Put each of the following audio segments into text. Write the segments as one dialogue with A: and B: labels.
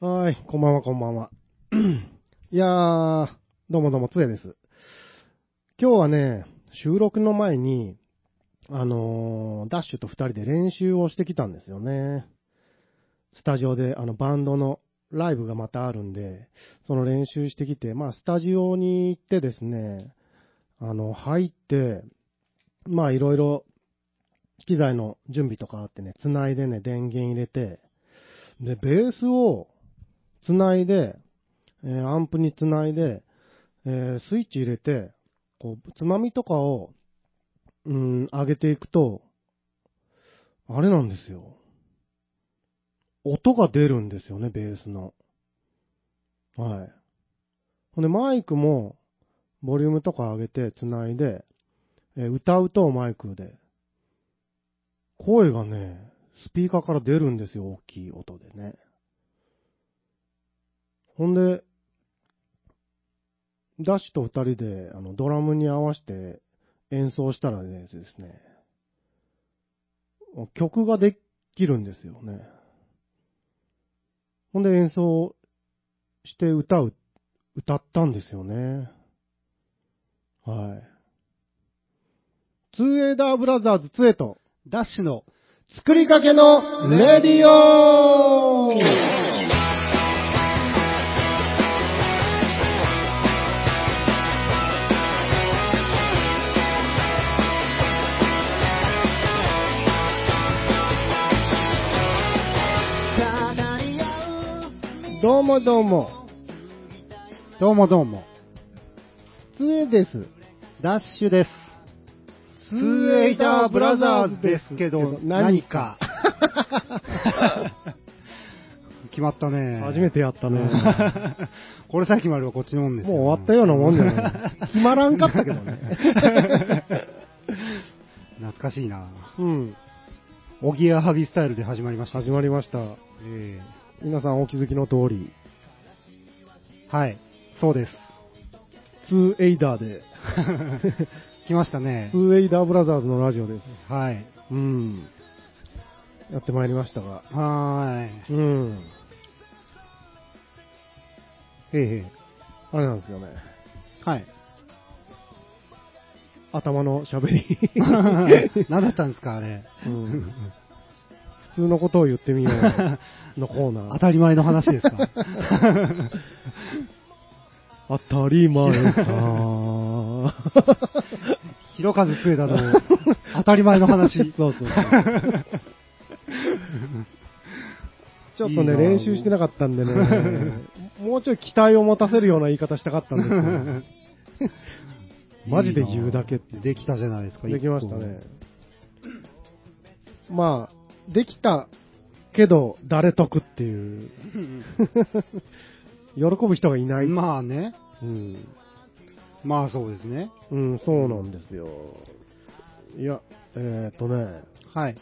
A: はーい、こんばんは、こんばんは。 いやー、どうもどうも、つえです。今日はね、収録の前に、あのー、ダッシュと二人で練習をしてきたんですよね。スタジオで、あの、バンドのライブがまたあるんで、その練習してきて、まあ、スタジオに行ってですね、あの、入って、まあ、いろいろ、機材の準備とかあってね、繋いでね、電源入れて、で、ベースを、つないで、えーアンプにつないで、えースイッチ入れて、こう、つまみとかを、うん、上げていくと、あれなんですよ。音が出るんですよね、ベースの。はい。ほんで、マイクも、ボリュームとか上げて、つないで、えー歌うとマイクで、声がね、スピーカーから出るんですよ、大きい音でね。ほんで、ダッシュと二人であのドラムに合わせて演奏したらね、ですね、曲ができるんですよね。ほんで演奏して歌う、歌ったんですよね。はい。ツーエイダーブラザーズツエと、
B: ダッシュの、
A: 作りかけのレディオどうもどうも、
B: どうもどうも、
A: つえです。
B: ダッシュです。ツーエイターブラザーズですけど、何か。決まったね。
A: 初めてやったね。
B: これさっきまではこっちのもんです
A: もう終わったようなもんじゃない。 決まらんかったけどね。
B: 懐かしいな。
A: うん。
B: おぎやはぎスタイルで始まりました。
A: 始まりました。
B: え
A: 皆さんお気づきの通り、
B: ーはい、そ うです。
A: ツーエイダーで、
B: 来ましたね
A: ツ。ーエイダーブラザーズのラジオです。
B: はい。
A: うん。やってまいりましたが。
B: は
A: うん。
B: ーい。え
A: あれなんですよね。
B: ー、はい。
A: 頭の喋 り。
B: 何だったんですか、あれ。
A: うん普通のことを言ってみようのコーナ
B: 当
A: ー。
B: たり前の話ですか
A: 当たり前か。
B: 広和つえだの、当たり前の話。
A: そうそうそう。ちょっとね
B: いいな
A: 練習してなかったんでね、もうちょい期待を持たせるような言い方したかったんですけど、 マジで言うだけっていう
B: できたじゃないですか。
A: できましたね。まあ、できたけど、誰得っていう。喜ぶ人がいな。
B: はいい。 まあね。
A: うん。
B: まあそうですね。
A: うん、そうなんですよ。いや、えーっとね、
B: はい。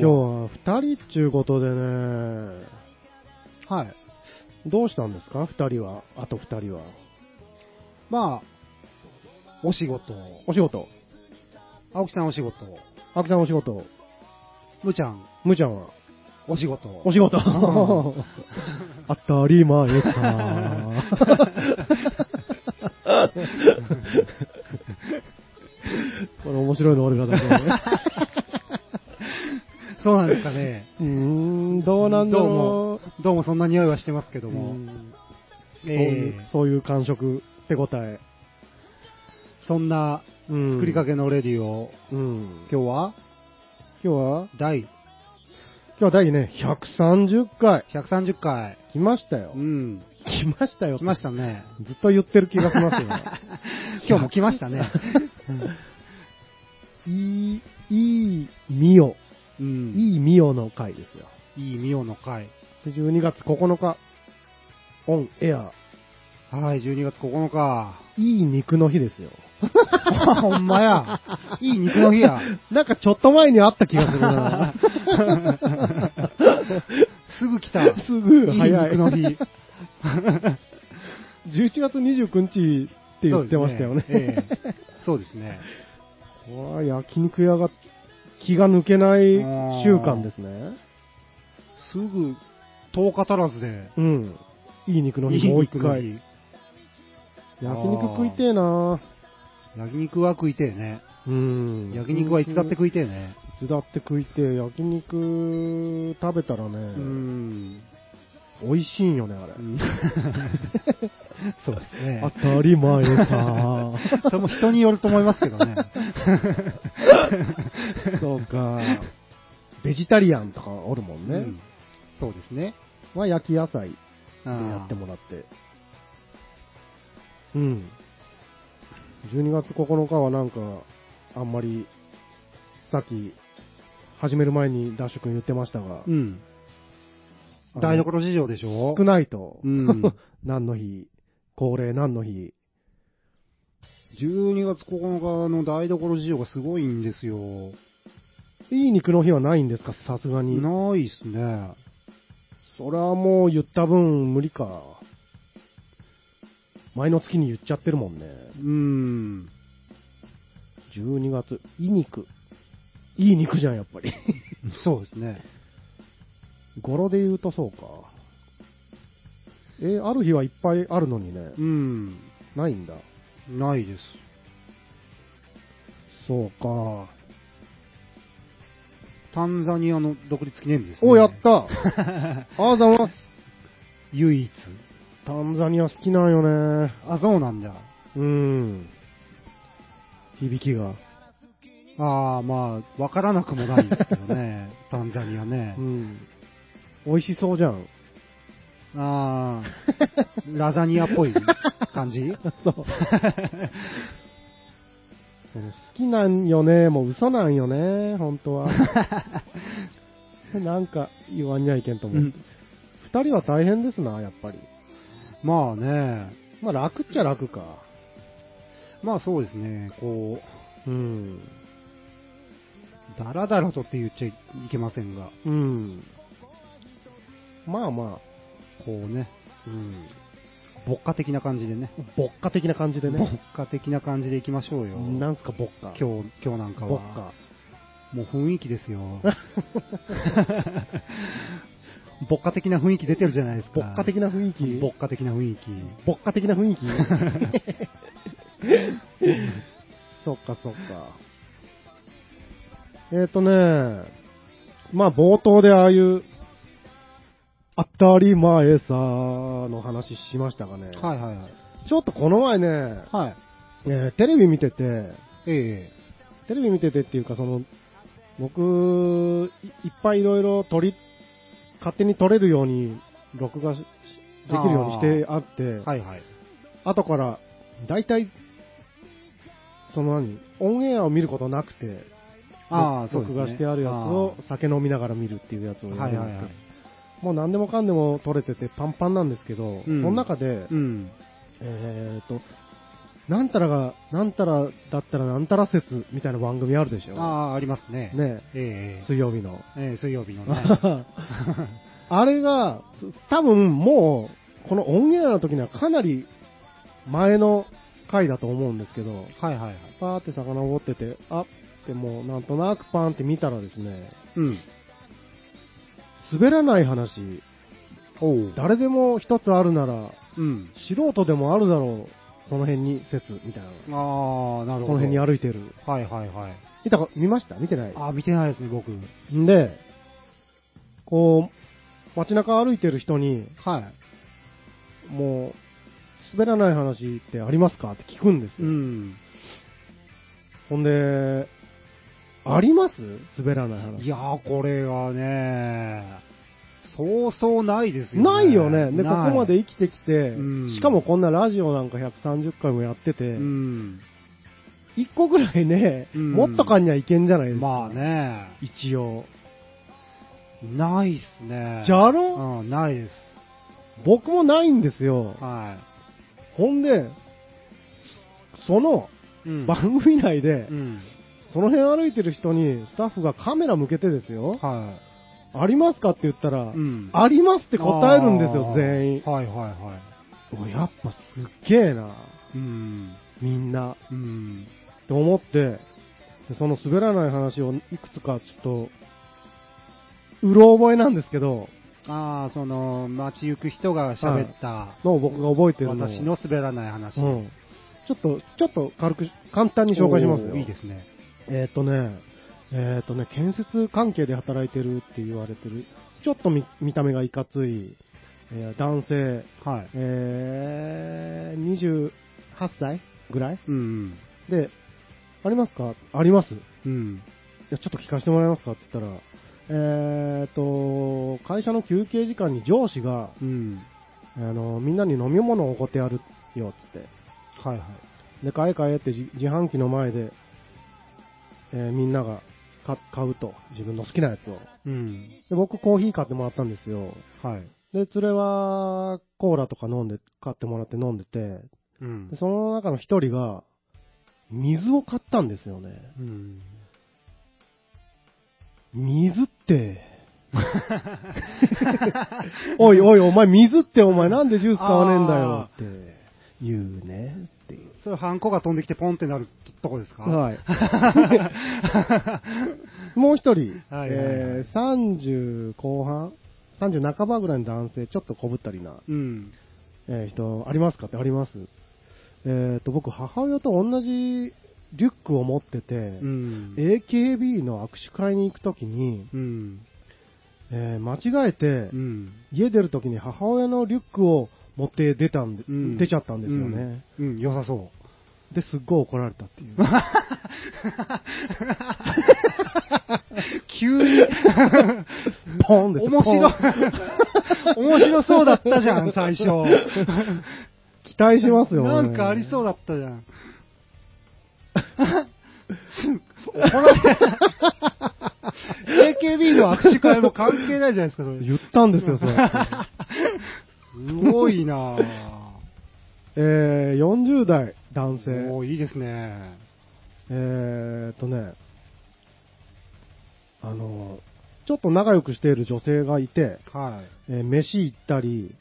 A: 今
B: 日
A: 日
B: は
A: は二人っちゅうことでね、
B: はい。
A: どうしたんですか二人は。あと二人は。
B: まあ、お仕事。
A: お仕事。
B: 青木さんお仕事。
A: 青木さんお仕事。
B: むちゃん
A: むちゃんは。
B: お仕事。
A: お仕 事。
B: ん
A: 当たり前か。 これ面白いの俺らだけど ね。
B: そうなんですか ね。
A: うーん、どうなんだ
B: どう
A: ろ
B: も、どうもそんな匂いはしてますけど
A: う。
B: も。
A: うんそうい
B: え
A: うそういう感触、手応え。
B: ーそんな
A: 作
B: 作りか。けのレディを、
A: うん。今
B: 今日は
A: 日は
B: 第
A: 今日は第ね、130回。
B: 130回。
A: 来ましたよ
B: う。ん。
A: 来ましたよ。
B: 来ましたね。
A: ずっと言ってる気がしますよ。
B: 今日も来まし たね。
A: いい、いい、みよ。
B: うん。
A: いいみよの回ですよ。
B: いいミオの会。
A: 12月9日、オンエア、
B: はい、12月9日。
A: いい肉の日ですよ。
B: ほんまや。いい肉の日や。
A: なんかちょっと前にあった気がする な。
B: すぐ来た。
A: すぐ早い。
B: い肉の日。
A: 11月29日って言ってましたよね。
B: そうですね。ええ そうですね。
A: これは焼肉屋が気が抜けない習慣ですね。
B: すぐ10日足らずで、
A: うん。いい肉の日もう一回。焼肉食いてえな
B: 焼肉は食いてえね。
A: うん。
B: 焼肉はいつだって食いてえね。
A: いつだって食いてえ、焼肉食べたらね、
B: うん。
A: 美味しいんよね、あれ。
B: そうです
A: 当
B: ね。
A: たり前さ。
B: それも人によると思いますけどね。
A: そうか。ベジタリアンとかおるもんね。
B: うんそうですね。
A: は焼き野菜でや
B: あ
A: って
B: ー
A: もらって。うん。12月9日はなんか、あんまり、さっき、始める前にダッシュ君言ってましたが、
B: うん。
A: あの
B: 台所事情でしょ
A: 少ないと、
B: うん。
A: 何の日、恒例何の日、
B: 12月9日の台所事情がすごいんですよ。
A: いい肉の日はないんですか、さすがに。
B: ないっすね。
A: それはもう言った分無理か。前の月に言っちゃってるもんね。
B: うん。
A: 12月、いい肉。いい肉じゃん、やっぱり。
B: そうですね。
A: 語呂で言うとそうか。えーある日はいっぱいあるのにね
B: う、ん。
A: ないんだ。
B: ないです。
A: そうか。
B: タンザニアの独立記念日ですね。
A: お、や ったあーざは、
B: 唯一。
A: タンザニア好きなんよね。
B: あ、そうなんだ。
A: うん。響きが。
B: ああ、まあ、わからなくもないんですけどね。タンザニアね
A: う。ん。美味しそうじゃん。
B: ああ、ラザニアっぽい感じ
A: そう。その好きなんよね、もう嘘なんよね、本当は。 なんか言わんにゃいけんと思う。二、人は大変ですな、やっぱり。
B: まあね、
A: まあ楽っちゃ楽か。
B: まあそうですね、こ
A: うん。
B: う、だらだらとって言っちゃいけませんが、
A: うん。まあま
B: こうね、
A: あ、うん。
B: 牧歌的な感じでね、
A: 牧歌的な感じで
B: 牧
A: ね。
B: 歌的な感じでいきましょうよ。今
A: なんすか牧歌。
B: 日、今日なんか
A: 牧
B: は。
A: 歌。
B: もう雰囲気です よ。牧歌的な雰囲気出てるじゃないですか。
A: 牧歌的な雰囲気。
B: 牧歌的な雰囲気。
A: 牧歌的な雰囲 気そっかそっか。えっ、ー、とね、まあ冒頭でああいう、当たり前さの話しましたがね、
B: はいはいはい。
A: ちょっとこの前ね、
B: はい。
A: えーテレビ見てて、
B: え
A: テレビ見ててっていうかその、僕、いいっぱいいろいろ撮り、勝手に撮れるように録画しできるようにしてあって、
B: えはいはい。
A: 後から、大体、その何、オンエアを見ることなくて、
B: ああ、そうです
A: 録
B: ね。
A: 画してあるやつを酒飲みながら見るっていうやつ
B: あ
A: を
B: ー。
A: や
B: は
A: る
B: い
A: ん
B: は
A: で
B: い
A: す
B: は
A: け
B: い
A: ど、。もう何でもかんでも取れててパンパンなんですけど、
B: うん
A: その中で
B: う、ん。
A: えっと、なんたらが、なんたらだったらなんたら説みたいな番組あるでし
B: あ
A: ょ。
B: あ、ありますね。
A: ね
B: ええ
A: 水曜日の。
B: ええ水曜日 のね。
A: あれが、多分もう、このオンエアの時にはかなり前の回だと思うんですけど、
B: はいはいはい。
A: パーって遡ってて、あってもうなんとなくパーンって見たらですね、
B: うん。
A: 滑らない話、
B: おう。
A: 誰でも一つあるなら、
B: うん。
A: 素人でもあるだろう、この辺に説、みたいな。
B: ああ、なるほど。
A: この辺に
B: あ
A: 歩いてる。
B: はいはいはい。
A: 見たか、見ました見てない
B: ああ、見てないですね、僕。
A: んで、こう、街中歩いてる人に、
B: は
A: もう、滑らない話ってありますかって聞くんです
B: い。
A: よ。
B: ん。
A: ほんで、あります滑らない話。
B: いやー、これがね、そうそうないですよね。
A: ないよね。で、ここ
B: ない
A: まで。生きてきて、
B: うん
A: しかもこんなラジオなんか130回もやってて、
B: うん。
A: 一個ぐらいね、
B: うん
A: もっとかにはいけんじゃないですか。
B: まあね、
A: 一応。
B: ないっすね。
A: じゃろ
B: うん、ないです。
A: 僕もないんですよ。
B: は
A: ほんで、その
B: い。うん
A: 番組内で、
B: うん。
A: その辺歩いてる人にスタッフがカメラ向けてですよ、
B: は
A: ありますかって言ったら、
B: い。うん。
A: ありますって答えるんです
B: あ
A: よ、
B: ー
A: 全員。
B: はいはいは
A: おやっぱすっげえな、
B: い。うん。
A: みんな。
B: うん。
A: って思って、でその滑らない話をいくつかちょっと、うろ覚えなんですけど、
B: ああ、その、街行く人が喋った、
A: のを僕が覚えてるのを
B: 私の滑らない話。
A: うん、ちょっと、ちょっと軽く、簡単に紹介します
B: お
A: よ。
B: ーいいですね。
A: えっ、とね、えっ、とね、建設関係で働いてるって言われてる、ちょっと見見た目がいかつい、えー男性、
B: はい。
A: えー、28歳ぐらい
B: うん
A: で、ありますかあります。い
B: うん。うん。
A: や、ちょっと聞かせてもらえますかって言ったら、えっ、と、会社の休憩時間に上司が、
B: うん。
A: あの、みんなに飲み物をおごってやるよってって。
B: はいは
A: で、買え買えって自自販機の前で、えーみんなが買買うと、自分の好きなやつを。
B: い。うん。
A: で、僕コーヒー買ってもらったんですよ。
B: はい。
A: で、連れはコーラとか飲んで、買ってもらって飲んでて、
B: うん
A: でその中の一人が、水を買ったんですよね。
B: うん。
A: 水って。おいおいお前水ってお前なんでジュース買わねえんだよって言うねっていう。
B: それ、ハンコが飛んできてポンってなるとこですか
A: はい。 もう一人、
B: はいはいはい
A: えー30後半、30半ばぐらいの男性、ちょっと小太りな、
B: うん。
A: えー人、ありますかってあります。えっ、と、僕、母親と同じリュックを持ってて、
B: うん。
A: AKB の握手会に行くときに、
B: うん。
A: えー間違えて、
B: うん。
A: 家出るときに母親のリュックを持って出たんで、
B: うん
A: 出ちゃったんですよね。
B: うん。うん。良さそ
A: で、すっごい怒られたってい う。
B: う。急に、
A: ポーンです
B: 面白い
A: ポーン。
B: 面白そうだったじゃん、最 初。
A: 期待しますよ、ね。
B: なんかありそうだったじ ゃん。怒 られ AKB の握手会も関係ないじゃないですか、それ。
A: 言ったんですよ、そ れ。
B: すごいなぁ。
A: えー、40代男性。
B: おーいい ですね。
A: えーっとね、あの、ちょっと仲良くしている女性がいて、
B: は
A: えー飯行ったり、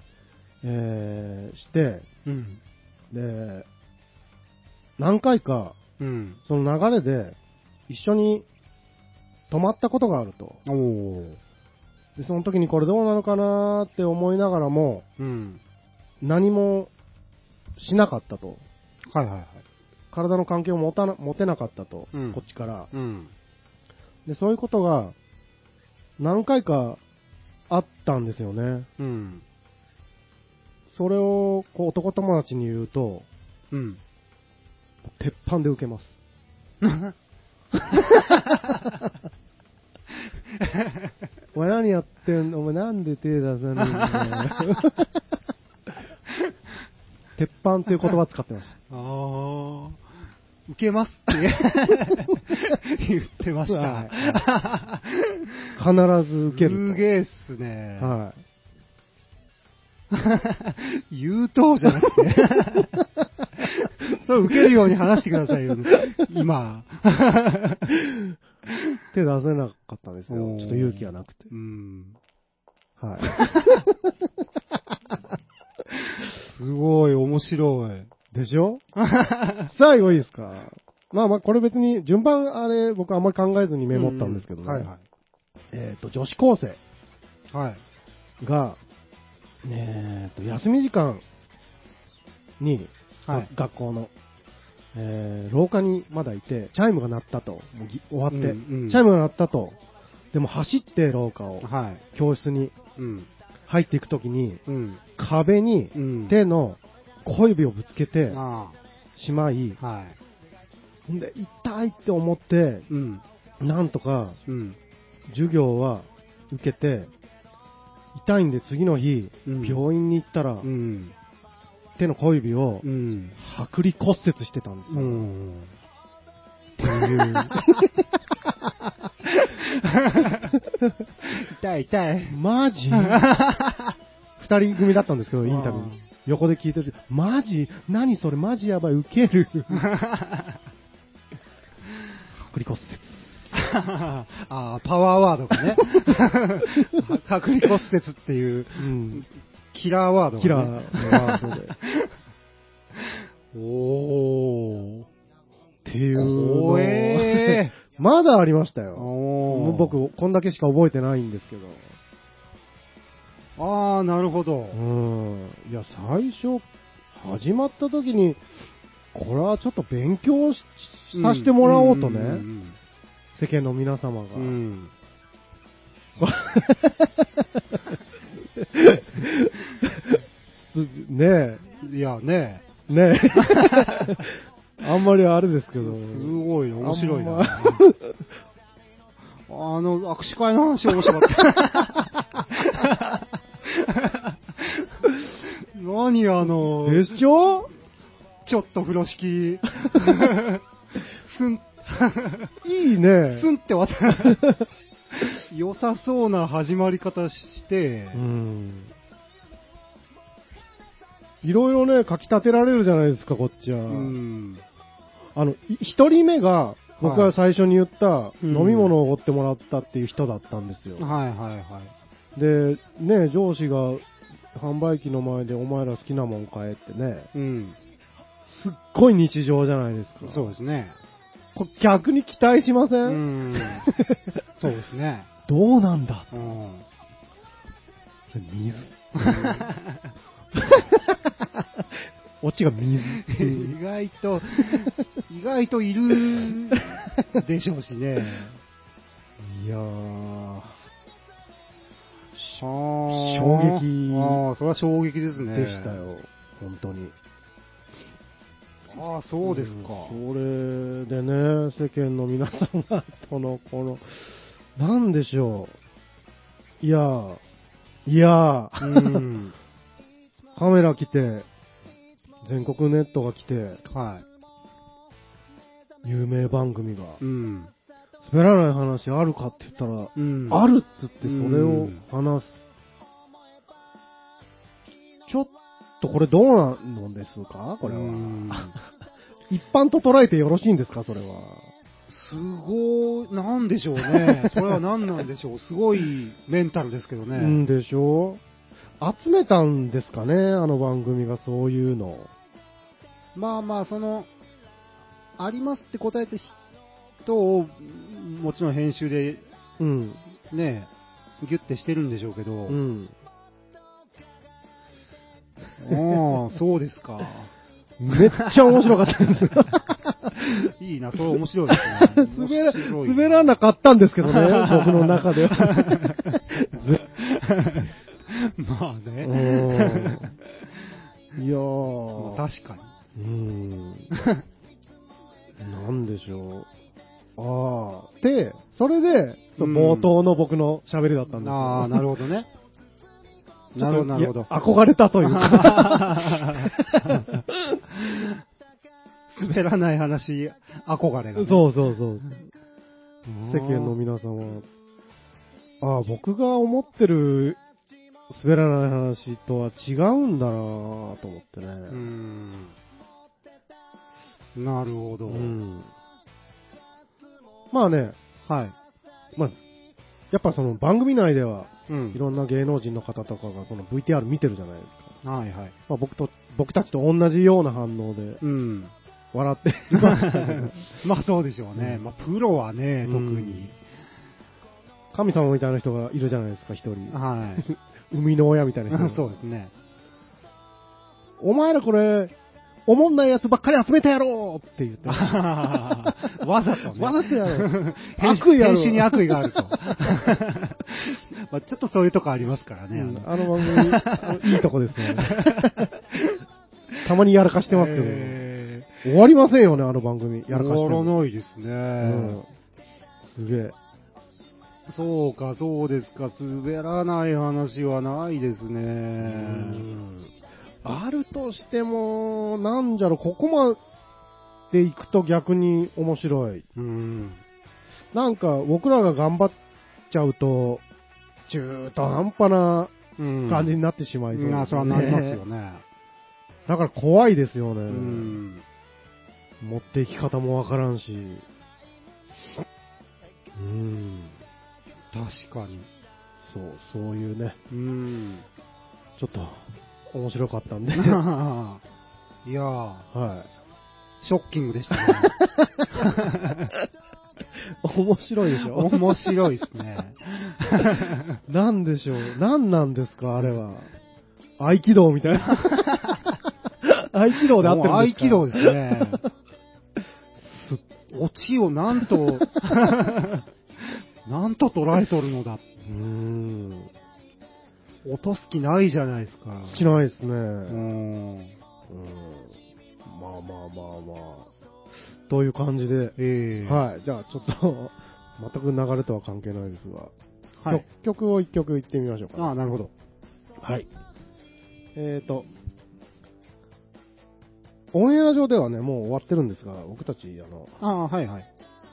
A: えーして、
B: い。うん。
A: で、何回か、
B: うん。
A: その流れで、一緒に泊まったことがあると。
B: おー
A: で、その時にこれどうなのかなーって思いながらも、
B: うん。
A: 何もしなかったと。
B: はいはいはい。
A: 体の関係を持たな持てなかったと、
B: うん
A: こっちから。
B: うん。
A: で、そういうことが何回かあったんですよね。
B: うん。
A: それをこう男友達に言うと、
B: うん。
A: 鉄板で受けます。お前何やってんのお前なんで手出さないん だよ。鉄板っていう言葉使ってまし
B: ああ、受けますって 言ってました。
A: はいた。必ず受け
B: す
A: る
B: げえっすね
A: と。。は
B: 言うとじゃなく て。それ受けるように話してくださいよ、今。
A: い。手出せなかったんです
B: お
A: よ。
B: ー
A: ちょっと勇気がなくて。
B: うん。
A: はい。
B: すごい、面白い。
A: でしょ 最後いいですかまあまあ、これ別に、順番あれ、僕あんまり考えずにメモったんですけどね。
B: うんはいは
A: えっ、と、女子高生
B: い。はい。
A: が、えっ、と、休み時間に、
B: はい
A: が学校の、えー廊下にまだいて、チャイムが鳴ったと。もうぎ終わって、
B: うんうん
A: チャイムが鳴ったと。でも走って廊下を、
B: はい。
A: 教室に
B: うん。
A: 入っていくときに、
B: うん。
A: 壁に
B: うん。、
A: 手の小指をぶつけて
B: あ
A: しまい、
B: あ。はい。
A: で、痛いって思って、
B: うん。
A: なんとか
B: うん。
A: 授業は受けて、痛いんで次の日、
B: うん
A: 病院に行ったら、
B: うん。
A: 手の小指を
B: うん。
A: 剥離骨折してたんです
B: う
A: よ。っ
B: ん。
A: て いう、
B: 痛い痛い。
A: マジ二人組だったんですけど、インタビュー
B: あー
A: に。横で聞いてるマジ何それマジやばい、ウケ る。剥離骨折。
B: あ あ、パワーワード がね。隔離骨折っていう
A: うん。
B: キラーワードが、ね。
A: キラーのワードで。
B: おー。
A: っていうのを
B: 怖え
A: まだありましたよ。
B: おー
A: 僕、こんだけしか覚えてないんですけど。
B: ああ、なるほど
A: う。ん。いや、最初、始まった時に、これはちょっと勉強しさせてもらおうとね、
B: うん
A: 世間の皆様が。
B: うんうん
A: ね
B: うんいやね、
A: え、ねえ。 あんまりあれですけ
B: す
A: ど。
B: ごいね面白い
A: あん
B: な
A: ま。
B: あの、握手会の話面白か った。何あの、
A: でしょ
B: ちょっと風呂敷、すん、
A: いいね。
B: すんって渡る。良さそうな始まり方して、
A: うん。いろいろね、かき立てられるじゃないですか、こっちは。
B: うん。
A: あの、い一人目が、僕が最初に言った、
B: うん
A: 飲み物をおごってもらったっていう人だったんですよ。
B: はいはいはい。
A: で、ね、上司が販売機の前でお前ら好きなもん買えってね、
B: うん。
A: すっごい日常じゃないですか。
B: そうですね。
A: こ逆に期待しません、
B: うん。そうですね。
A: どうなんだ
B: うん。
A: 水。 オチが 水っていう。
B: 意外と、意外といるでしょうしね。
A: いやー、
B: 衝
A: 衝撃
B: ああ、それは衝撃ですね。
A: でした。よ、本当に。
B: ああ、そうですか。
A: うんそれでね、世間の皆さんが、この、この、なんでしょう。いやー、いやー、
B: うん。
A: カメラ来て、全国ネットが来て、
B: は
A: 有名番組が
B: い。う、ん。
A: 滑らない話あるかって言ったら、
B: うん。
A: あるっつってそれを話す。ちょっとこれどうなんのですかこれは
B: う。ん
A: 一般と捉えてよろしいんですかそれは。
B: すごい、なんでしょうね。それは何なんでしょう。すごいメンタルですけどね。
A: うんでしょう集めたんですかねあの番組がそういうの。
B: まあまあ、その、ありますって答えた人を、もちろん編集で
A: うん。
B: ね、ギュッてしてるんでしょうけど、
A: うん。
B: ああ、そうです か。
A: めっちゃ面白かったです。。
B: いいな、それ面白いですね
A: 滑ら、
B: 面白 い
A: 滑らなかったんですけ どね、僕の中では。
B: まあ
A: う
B: ね。
A: んいやー。
B: まあ確かに。
A: うーん。なんでしょう。ああ。で、それで、そう
B: うん
A: 冒頭の僕の喋りだったんですよ
B: ああ、なるほどね。なるほど、なるほ
A: い
B: ど。
A: や憧れたというか。
B: 滑らない話、憧れが、ね。
A: そうそうそう。
B: うん
A: 世間の皆さんは。ああ、僕が思ってる滑らない話とは違うんだなぁと思ってね。
B: うーん。なるほど。
A: うんまあね、
B: はい。
A: まあ、やっぱその番組内では、
B: うん
A: いろんな芸能人の方とかがこの VTR 見てるじゃないですか。
B: はいはい。
A: まあ、僕と、僕たちと同じような反応で
B: うん。
A: 笑っていましたけど
B: まあそうでしょうね。
A: うん
B: まあプロはね、特に。
A: 神様みたいな人がいるじゃないですか、一人。
B: はい。
A: 生みの親みたいな人が。
B: そうですね。
A: お前らこれ、おもんないやつばっかり集めたやろうって言 って。
B: わざとね。
A: わざとやろ
B: 編集
A: 悪意やろ
B: 編集に悪意がある と。まあちょっとそういうとこありますから
A: う
B: ね。
A: んあの番組あの、いいとこですね。たまにやらかしてますけど、
B: え
A: 終わりませんよね、あの番組。
B: ー
A: やらかして
B: 終わ
A: も
B: らないですね。
A: うんすげえ。
B: そうか、そうですか。滑らない話はないですね。
A: あるとしても、なんじゃろ、ここまで行くと逆に面白い。
B: うん。
A: なんか、僕らが頑張っちゃうと、中途半端な
B: うん
A: 感じになってしまいそうですね、
B: まあ、それはなりますよね。
A: だから怖いですよね。
B: うん。
A: 持っていき方もわからんし。うん。
B: 確かに。
A: そう、そういうね、
B: うん。
A: ちょっと、面白かったんで。はい
B: やー、。ショッキングでしたね。
A: 面白いでしょ
B: 面白いですね。
A: なんでしょう。なんなんですか、あれは。合気道みたい な。合気道で合って
B: もう
A: るん
B: 合
A: ですか
B: 気道ですね。
A: す
B: 落ちをなん と、なんと捉えとるのだ。
A: うーん。
B: 落とす気ないじゃないですか。
A: しないですね。
B: うん。
A: うんまあまあまあまあ。という感じで。
B: ええ
A: はい。じゃあ、ちょっと、全く流れとは関係ないですが。
B: はい。
A: 曲曲を一曲言ってみましょうか。
B: ああ、なるほど。
A: はい。えーと、オンエア上ではね、もう終わってるんですが、僕たち、あの、
B: ああ、はいはい。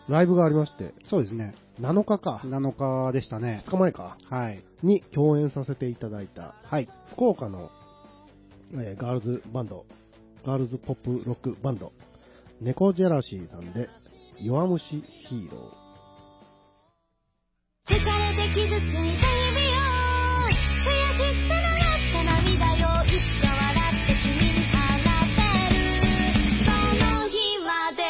A: ライブがありまして、
B: そうですね。
A: 7日か、
B: 7日でしたね。
A: 2日前か、
B: はい。
A: に共演させていただいた、
B: はい。
A: 福岡の、えーガールズバンド、ガールズポップロックバンド、ネコジェラシーさんで、弱虫ヒーロー。
C: 疲れて傷ついて指を悔しさのよって涙よいつか笑って君に放てるその日まで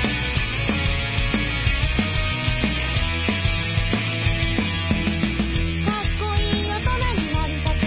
C: かっこいい大人になりたくて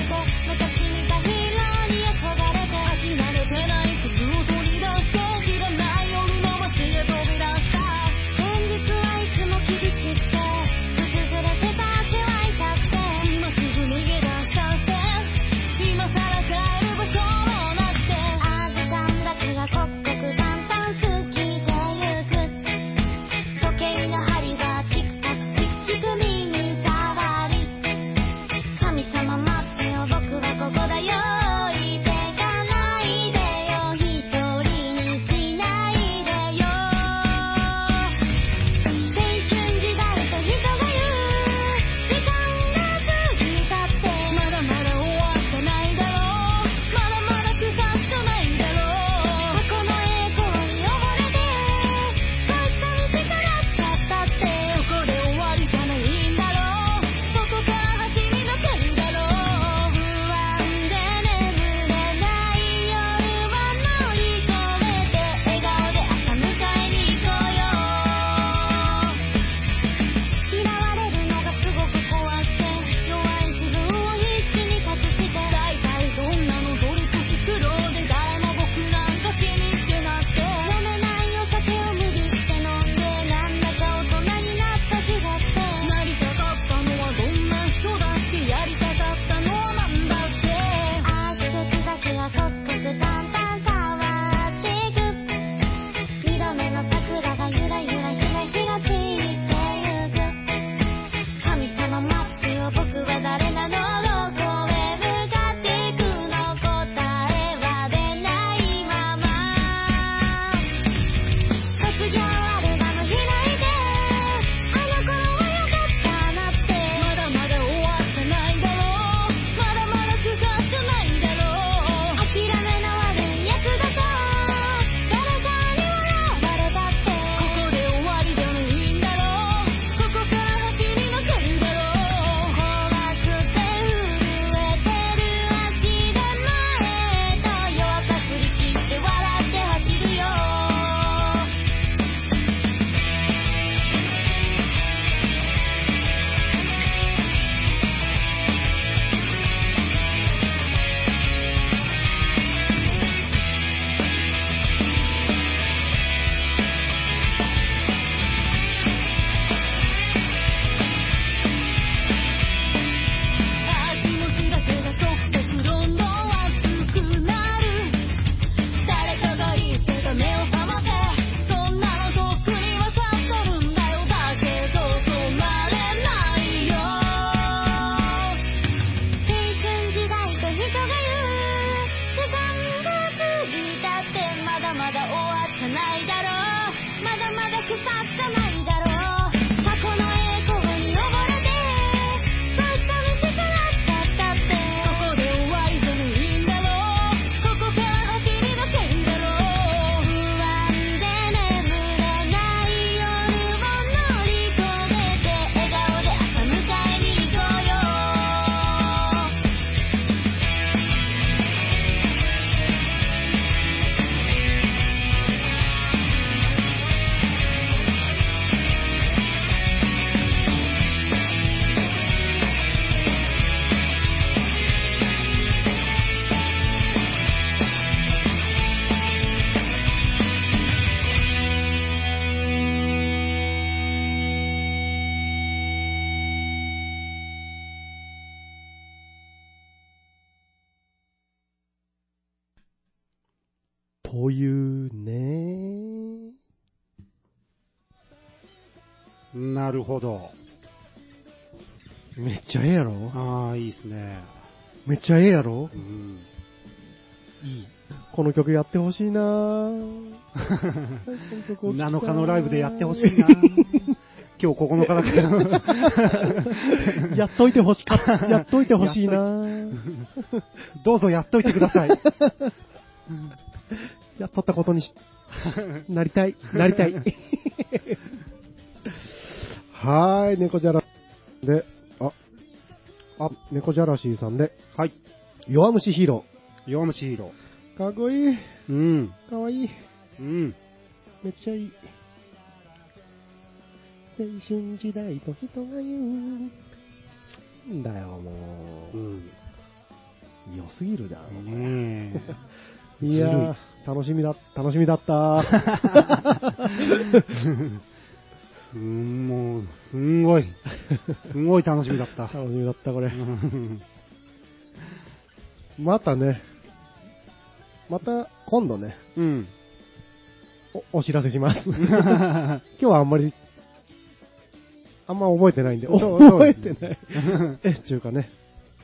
A: というね。
B: なるほど。
A: めっちゃええやろ
B: ああ、いいですね。
A: めっちゃええやろ
B: うん。いい。
A: この曲やってほしいなぁ
B: 7日のライブでやってほしいな。今日9日だけど。
A: やっといてほしか った。やっといてほしいなぁ
B: どうぞやっといてください。
A: やっとったことにしなりたい。なりたい。 はーい、猫じゃらで、あ、あ、猫じゃらしーさんで、
B: はい。
A: 弱虫ヒーロ
B: 弱虫ヒーロ
A: ー。かっこいい。
B: ー。うん。
A: かわいい。
B: うん。
A: めっちゃいい。青春時代と人が言う。んだよ、も
B: う
A: う。
B: ん。
A: 良すぎるだろ。
B: ねえ。
A: いやー、楽しみだ、楽しみだ った。
B: ずるい。うん、もう、すんごい。すんごい楽しみだった。
A: 楽しみだった、これ
B: う。ん
A: またね、また今度ね、
B: うん。
A: おお知らせします。 今日はあんまり、あんま覚えてないんで、
B: そうそう
A: 覚えてない。 え、っていうかね、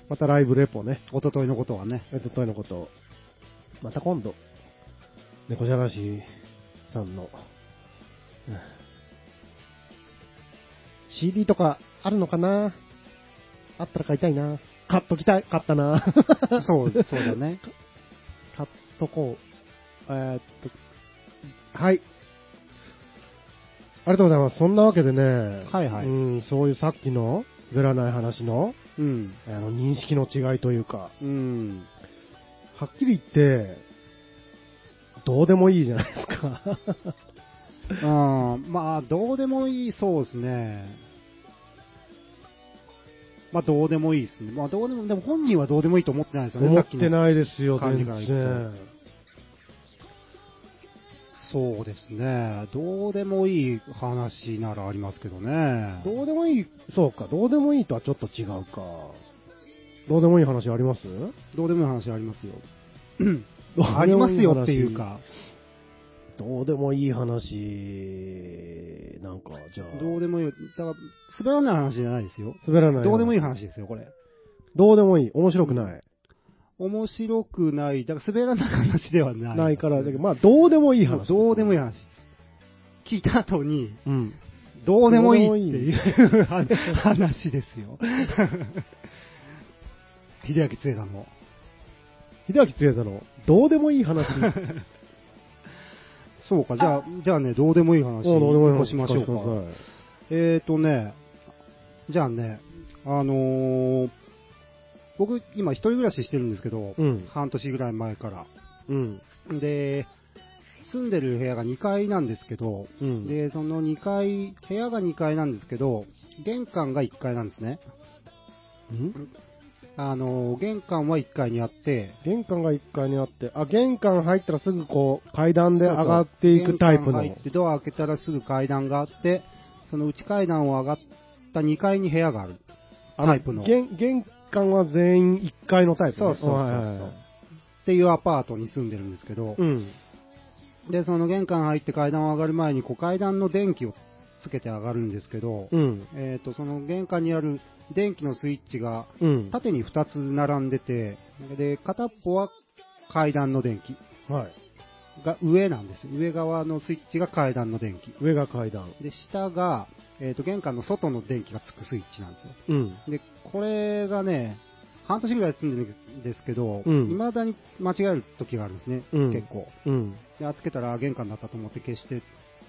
A: またライブレポね、
B: おとといのことはね。
A: えっと、といのことを、また今度、猫じゃらしさんの、うん CD とかあるのかなあったら買いたいな。買っときたい、買った な。
B: そう、そうだね。
A: 買っとこう。えーっと、はい。ありがとうございます。そんなわけでね、
B: はいはい
A: うん、そういうさっきの、ずらない話の、
B: うん。
A: あの、認識の違いというか、
B: うん。
A: はっきり言って、どうでもいいじゃないですか。
B: うんまあ、どうでもいい、そうですね。まあ、どうでもいいですね。まあ、どうでも、でも本人はどうでもいい と思ってないですよね。
A: 思っ
B: さき
A: て
B: の
A: ないですよ、
B: 感
A: 全
B: じから言うと
A: 然。
B: そうですね。どうでもいい話ならありますけどね。
A: どうでもいい、そうか、どうでもいいとはちょっと違うか。どうでもいい話あります
B: どうでもいい話あ りますよ。ありますよっていうか、
A: どうでもいい話、なんか、じゃあ。
B: どうでもいい。だから、滑らない話じゃないですよ。
A: 滑らない。
B: どうでもいい
A: 話。
B: 話ですよ、これ。
A: どうでもいい。面白くない。
B: 面白くない。だから、滑らない話ではない。
A: ないから、だけど、まあ、どうでもいい話。
B: どうでもいい話。聞いた後に、
A: うん。
B: どうでもいいっていう 話です よ。秀明つえだの。
A: 秀明つやだの、どうでもいい話。
B: そうか、じゃあ、じゃあね、どうでもいい話
A: お
B: をしましょ
A: 聞かせ
B: う
A: てく
B: か。
A: ださい
B: えーとね、じゃあね、あのー僕、今一人暮らししてるんですけど、
A: うん
B: 半年ぐらい前から。
A: うん。
B: で、住んでる部屋が2階なんですけど、
A: うん。
B: で、その2階、部屋が2階なんですけど、玄関が1階なんですね。
A: ん
B: あの、玄関は1階にあって、
A: 玄関が1階にあって、あ、玄関入ったらすぐこう、階段で上がっていくタイプ
B: 玄
A: の。
B: 関入ってドア開けたらすぐ階段があって、その内階段を上がった2階に部屋がある。
A: あ
B: タイプの。っ
A: 玄玄関は全員1階のタイプね。
B: そうそうそうそう
A: はいはいはい
B: ていうアパートに住んでるんですけど、
A: うん。
B: で、その玄関入って階段を上がる前に、こう階段の電気をつけて上がるんですけど、
A: うん。
B: えっ、と、その玄関にある電気のスイッチが
A: うん。
B: 縦に2つ並んでて、で、片っぽは階段の電気
A: はい。
B: が上なんです。上側のスイッチが階段の電気。
A: 上が階段。
B: で、下が、えっ、と、玄関の外の電気がつくスイッチなんですよ。
A: うん。
B: で、これがね、半年ぐらい住んでるんですけど、
A: うん
B: 未だに間違える時があるんですね、
A: うん
B: 結構。
A: うん。
B: で、あつけたら玄関だったと思って消して、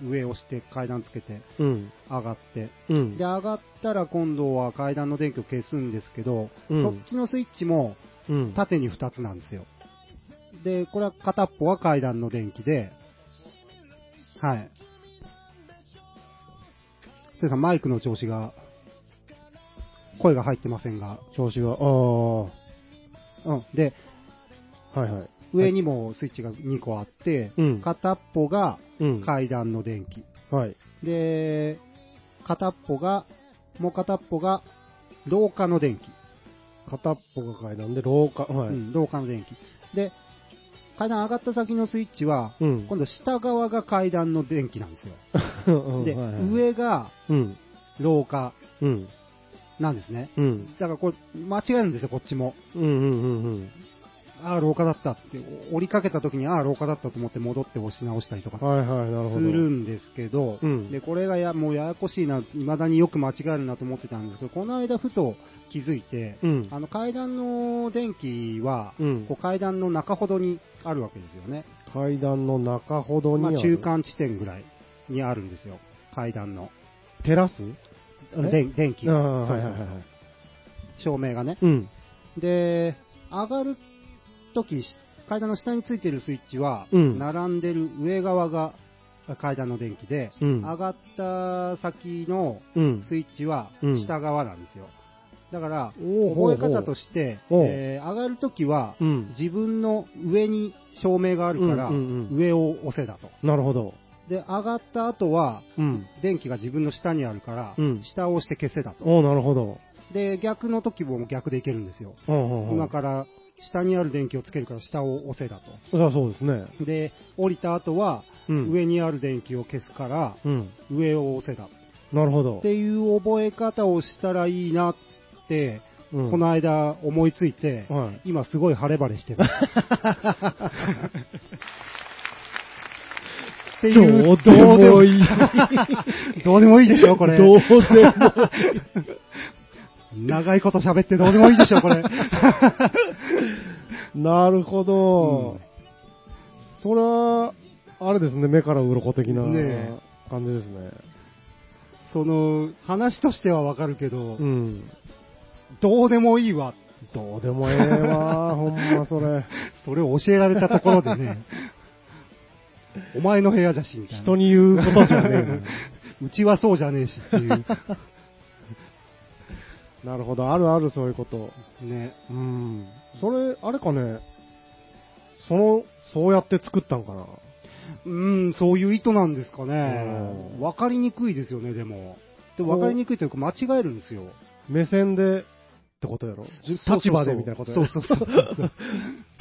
B: 上押して階段つけて
A: うん。
B: 上がって。
A: うん
B: で、。上がったら今度は階段の電気を消すんですけど、
A: うん
B: そっちのスイッチも
A: うん。
B: 縦に2つなんですよ。で、これは片っぽは階段の電気で、はい。つさん、マイクの調子が、声が入ってませんが、
A: 調子が、あ
B: うん。で、
A: あ、はいはい。
B: 上にもスイッチが2個あって、
A: うん
B: 片っぽが
A: うん。
B: 階段の電気。
A: はい。
B: で、片っぽが、もう片っぽが廊下の電気。
A: 片っぽが階段で、廊下、はい。
B: うん、廊下の電気。で、階段上がった先のスイッチは、
A: うん
B: 今度下側が階段の電気なんですよ。
A: うん
B: で、
A: はいはい
B: 上が
A: うん、
B: 廊下
A: うん、
B: なんですね。
A: うん、
B: だからこれ、間違えるんですよ、こっちも。
A: うん、うん、うん、うん。
B: ああ、廊下だったって、お折りかけた時に、ああ、廊下だったと思って戻って押し直したりとか
A: はいはい、なるほ
B: す
A: ど。
B: るんですけど、
A: うん
B: でこれがやもうややこしいな、未だによく間違えるなと思ってたんですけど、この間、ふと気づいて、
A: うん、
B: あの階段の電気は、
A: うん
B: こう階段の中ほどにあるわけですよね、
A: 階段の中ほどに
B: ま
A: あ
B: あ、
A: る、
B: 中間地点ぐらいにあるんですよ、階段の
A: テラス
B: あ
A: え
B: の電電気
A: あ
B: が
A: あ、
B: そう
A: はい
B: そ
A: は
B: う
A: い
B: そう
A: はい。
B: 照明がね。
A: うん、
B: で上がるとき、階段の下についてるスイッチは、
A: うん
B: 並んでる上側が階段の電気で、
A: うん
B: 上がった先の
A: うん。
B: スイッチは
A: うん
B: 下側なんですよ。だから、
A: お
B: 覚え方と
A: て、
B: して、
A: おう
B: えー上がるときは、
A: うん。
B: 自分の上に照明があるから、
A: うんうんうん
B: 上を押せだと。
A: なるほど。
B: で、上がった後は、
A: うん。
B: 電気が自分の下にあるから、
A: うん
B: 下を押して消せだと。
A: おおなるほど。
B: で、逆の時も逆でいけるんですよ。
A: うんうんうん。
B: 今から下にある電気をつけるから下を押せだ
A: そりゃそうですね。
B: と。で、降りた後は、
A: うん。。
B: 上にある電気を消すから、
A: うん。
B: 上を押せだ。
A: なるほど。
B: っていう覚え方をしたらいいなって、
A: うん
B: この間思いついて、
A: はい。
B: 今すごい晴れ晴れ してる。っていう、
A: どうでも
B: い
A: いい。
B: い。どうでもいいでしょ、これ。
A: どうでも。
B: 長いこと喋ってどうでもいいでしょ、これ。
A: なるほど。
B: うん
A: それは、あれですね、目から鱗的な
B: ね
A: 感じですね。
B: その、話としてはわかるけど、
A: うん。
B: どうでもいいわ。
A: どうでもええわ、ほんまそれ。
B: それを教えられたところで ね、お前の部屋じゃし、みたいな。
A: 人に言うことじゃね
B: うちはそうじゃねえしっていう。
A: え な。なるほど、あるあるそういうこと。
B: ね。うん。
A: それ、あれかね、その、そうやって作ったんかな。
B: うん、そういう意図なんですかね
A: う。ん
B: わかりにくいですよね、でも。でもわかりにくいというか、間違えるんですよ。
A: 目線でってことやろ。じ
B: そうそうそう
A: 立場でみたいなことや
B: そ
A: ろ。
B: うそうそうそう。
A: 立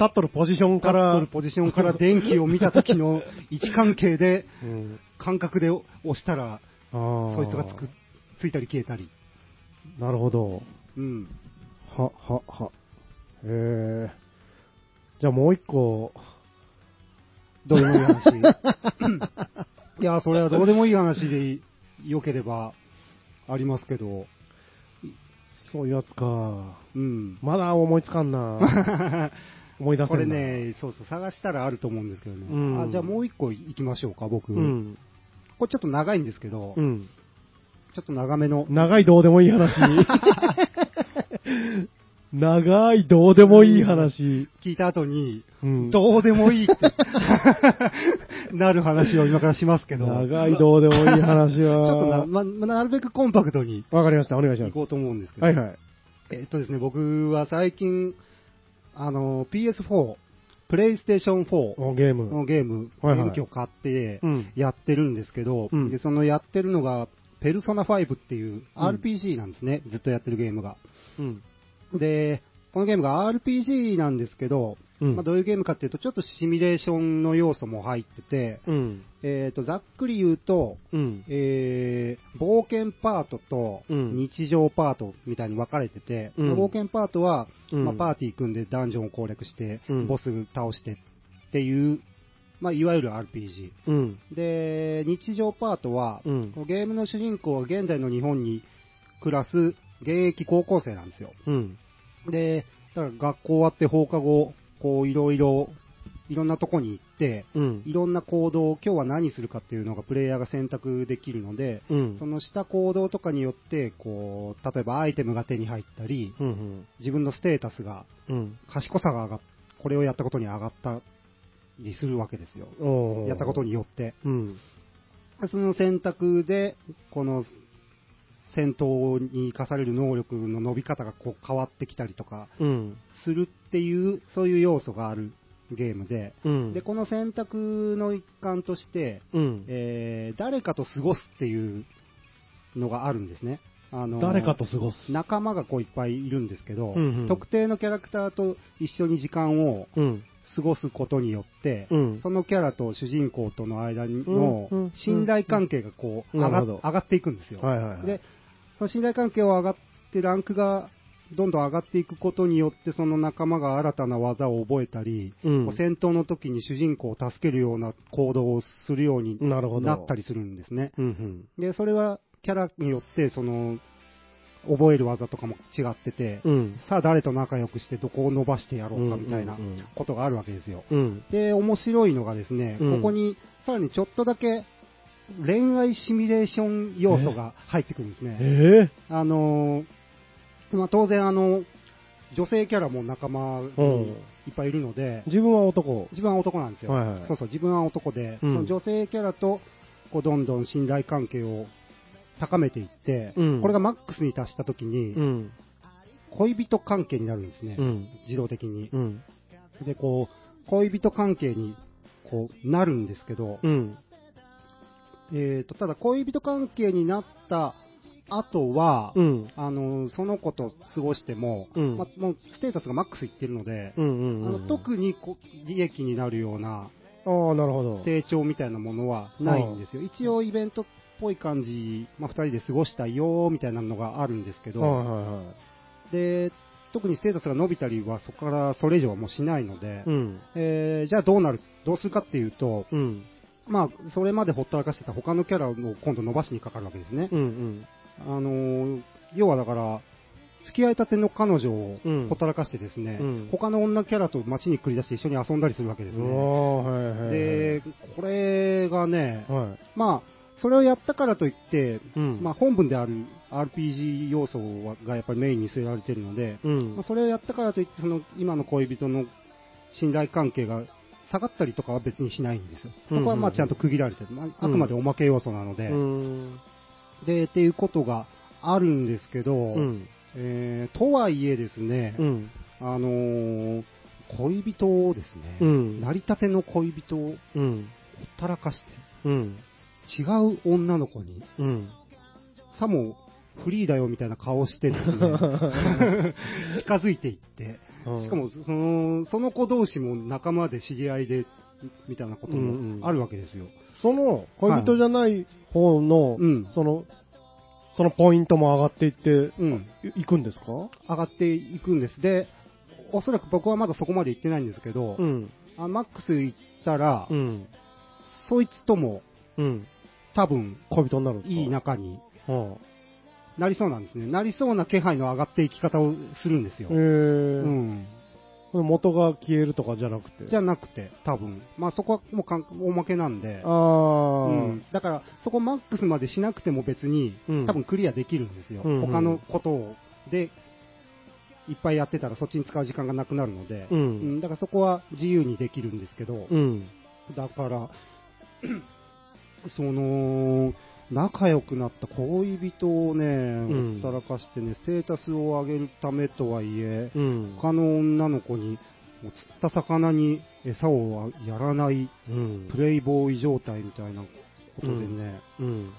A: っとるポジションか
B: から、
A: ら、
B: 取るポジションから電気を見た時の位置関係で、
A: うん、
B: 感覚で押した
A: あ
B: ら、
A: ー
B: そいつがつく、ついたり消えたり。
A: なるほど。
B: うん。
A: は、は、は。えー、じゃあもう一個、
B: どうでもいい話。 いや、それはどうでもいい話で良ければ、ありますけど。
A: そういうやつか。
B: うん。
A: まだ思いつかんな。思い出せんな
B: これ、ね、そうそう、探したらあると思うんですけどね。
A: うん
B: あじゃあもう一個行きましょうか、僕。
A: うん。
B: これちょっと長いんですけど、
A: う
B: ち
A: ん。
B: ょっと長めの。
A: 長いどうでもいい 話。長いどうでもいい話。
B: 聞いた後に、
A: うん
B: どうで もいいってなる話を今からしますけど、
A: 長いどうでもいい 話
B: ちょっと
A: は
B: な、、ま、なるべくコンパクトに
A: わかりました。お願いしま
B: 行
A: す。
B: こうと思うんですけど、
A: はいはい。
B: えっとですね、僕は最近、あの、PS4、プレイステーション4
A: おゲーム。
B: のゲーム、
A: はいはい
B: ゲーム機を買って
A: うん、
B: やってるんですけど、
A: うん
B: でそのやってるのが、ペルソナ5っていう
A: うん
B: RPG なんですね、ずっとやってるゲームが。
A: うん。
B: で、このゲームが RPG なんですけど、
A: うん
B: まあ、どういうゲームかっていうと、ちょっとシミュレーションの要素も入ってて、
A: うん。
B: えー、とざっくり言うと、
A: うん。
B: えー冒険パートと
A: うん
B: 日常パートみたいに分かれてて、
A: うん
B: 冒険パートは、
A: うん
B: まあ、パーティー組んでダンジョンを攻略して、
A: うん
B: ボス倒してっていう、まあ、いわゆる RPG。
A: うん。
B: で、日常パートは、
A: うん
B: こうゲームの主人公は現在の日本に暮らす現役高校生なんですよ。
A: うん。
B: で、だから学校終わって放課後、こういろいろ、いろんなとこに行って、
A: うん。
B: いろんな行動を今日は何するかっていうのがプレイヤーが選択できるので、
A: うん
B: そ。のした行動とかによって、こう、例えばアイテムが手に入ったり、
A: うん。
B: 自分のステータスが、
A: うん。
B: 賢さが上がっこれをやったことに上がったりするわけですよ。
A: おー
B: やったことによって。
A: うん。
B: その選択で、この、戦闘に生かされる能力の伸び方がこう変わってきたりとか、
A: うん。
B: するっていう、そういう要素があるゲームで、
A: うん。
B: で、この選択の一環として、
A: うん。
B: えー誰かと過ごすっていうのがあるんですね。あのー
A: 誰かと過ごす。
B: 仲間がこういっぱいいるんですけど、
A: うんうん
B: 特定のキャラクターと一緒に時間を
A: うん。
B: 過ごすことによって、
A: うん。
B: そのキャラと主人公との間
A: うんうん
B: の信頼関係がこう
A: うん
B: 上
A: な
B: が
A: るほど
B: 上がっていくんですよ。
A: はいはいはい。
B: で、その信頼関係は上がって、ランクがどんどん上がっていくことによって、その仲間が新たな技を覚えたり、
A: うん
B: こう戦闘の時に主人公を助けるような行動をするように
A: なるほど。
B: なったりするんですね。
A: うんうん。
B: で、それはキャラによって、その、覚える技とかも違ってて、
A: うん。
B: さあ誰と仲良くしてどこを伸ばしてやろうかみたいな
A: うんうんうん
B: ことがあるわけですよ。
A: うん。
B: で、面白いのがですね、
A: うん
B: ここにさらにちょっとだけ恋愛シミュレーション要素が入ってくるんですね。
A: え
B: あのーまあ、当然あの、女性キャラも仲間
A: うん
B: にいっぱいいるので
A: え、自分は男。
B: 自分は男なんですよ。
A: はいはい
B: そうそう、自分は男で、
A: うん
B: その女性キャラとこうどんどん信頼関係を高めていって、
A: うん
B: これがマックスに達した時に、
A: うん。
B: 恋人関係になるんですね。
A: うん。
B: 自動的に。
A: うん。
B: で、こう、恋人関係に、こう、なるんですけど、
A: うん。
B: えっ、と、ただ恋人関係になった後は、
A: うん。
B: あの、その子と過ごしても、
A: うん
B: まもうステータスがマックスいってるので、
A: うんうん
B: あ
A: う
B: の
A: ん。
B: 特にこう利益になるような
A: ああ、なるほど。
B: 成長みたいなものはないんですよ。一応イベントっぽい感じ、まあ、2人で過ごしたよみたいなのがあるんですけど、
A: はいはいはい。
B: で、特にステータスが伸びたりはそこからそれ以上はもうしないので、
A: うん。
B: えーじゃあどうなる、どうするかっていうと、
A: うん。
B: まあ、それまでほったらかしてた他のキャラを今度伸ばしにかかるわけですね。
A: うん
B: あのー要はだから、付き合いたての彼女を
A: うん
B: ほったらかしてですね、
A: うん
B: 他の女キャラと街に繰り出して一緒に遊んだりするわけで
A: う
B: す
A: ん。
B: ね。
A: おー、はいはいはい。
B: で、これがね、
A: は
B: まあ、それをやったからといって、
A: い。うん。
B: まあ、本文である RPG 要素はがやっぱりメインに据えられてるので、
A: うん
B: まあ、。それをやったからといって、その今の恋人の信頼関係が下がったりとかは別にしないんですよ。そこはまあ
A: うんうんうん
B: ちゃんと区切られてる。まあ、あくまでおまけ要素なので、
A: うん。
B: で、っていうことがあるんですけど、
A: うん。
B: えーとはいえですね、
A: うん。
B: あのー恋人をですね、
A: うん
B: 成り立ての恋人をほっ
A: うん。
B: たらかして、
A: うん。
B: 違う女の子に、
A: うん。
B: さもフリーだよみたいな顔して ですね、近づいていって、しかもそのその子同士も仲間で知り合いでみたいなこと
A: うんうん
B: もあるわけですよ。
A: その恋人じゃない方の、
B: うん
A: そのそのポイントも上がっていって
B: うん、
A: いいくんですか
B: 上がっていくんです。で、おそらく僕はまだそこまで行ってないんですけど、
A: ん
B: あマックス行ったら、
A: うん
B: そいつとも
A: うん
B: 多分
A: 恋人になるんですか
B: いい仲に
A: はあ
B: なりそうなんですね。なりそうな気配の上がっていき方をするんですよ。
A: へえ
B: うん、
A: 元が消えるとかじゃなくて
B: じゃ
A: あ
B: なくて、多分。まあそこはもうかんおまけなんで。
A: あ
B: う
A: ー
B: ん、だから、そこマックスまでしなくても別に、
A: うん
B: 多分クリアできるんですよ、
A: うんうん
B: 他のことをでいっぱいやってたら、そっちに使う時間がなくなるので、
A: う
B: うんんだからそこは自由にできるんですけど、
A: うん
B: だから、その仲良くなった恋人を
A: ん
B: ね、ほったらかしてね、ステータスを上げるためとはいえ、
A: うん
B: 他の女の子に、もう釣った魚に餌をやらない
A: うん
B: プレイボーイ状態みたいなことでね、
A: うん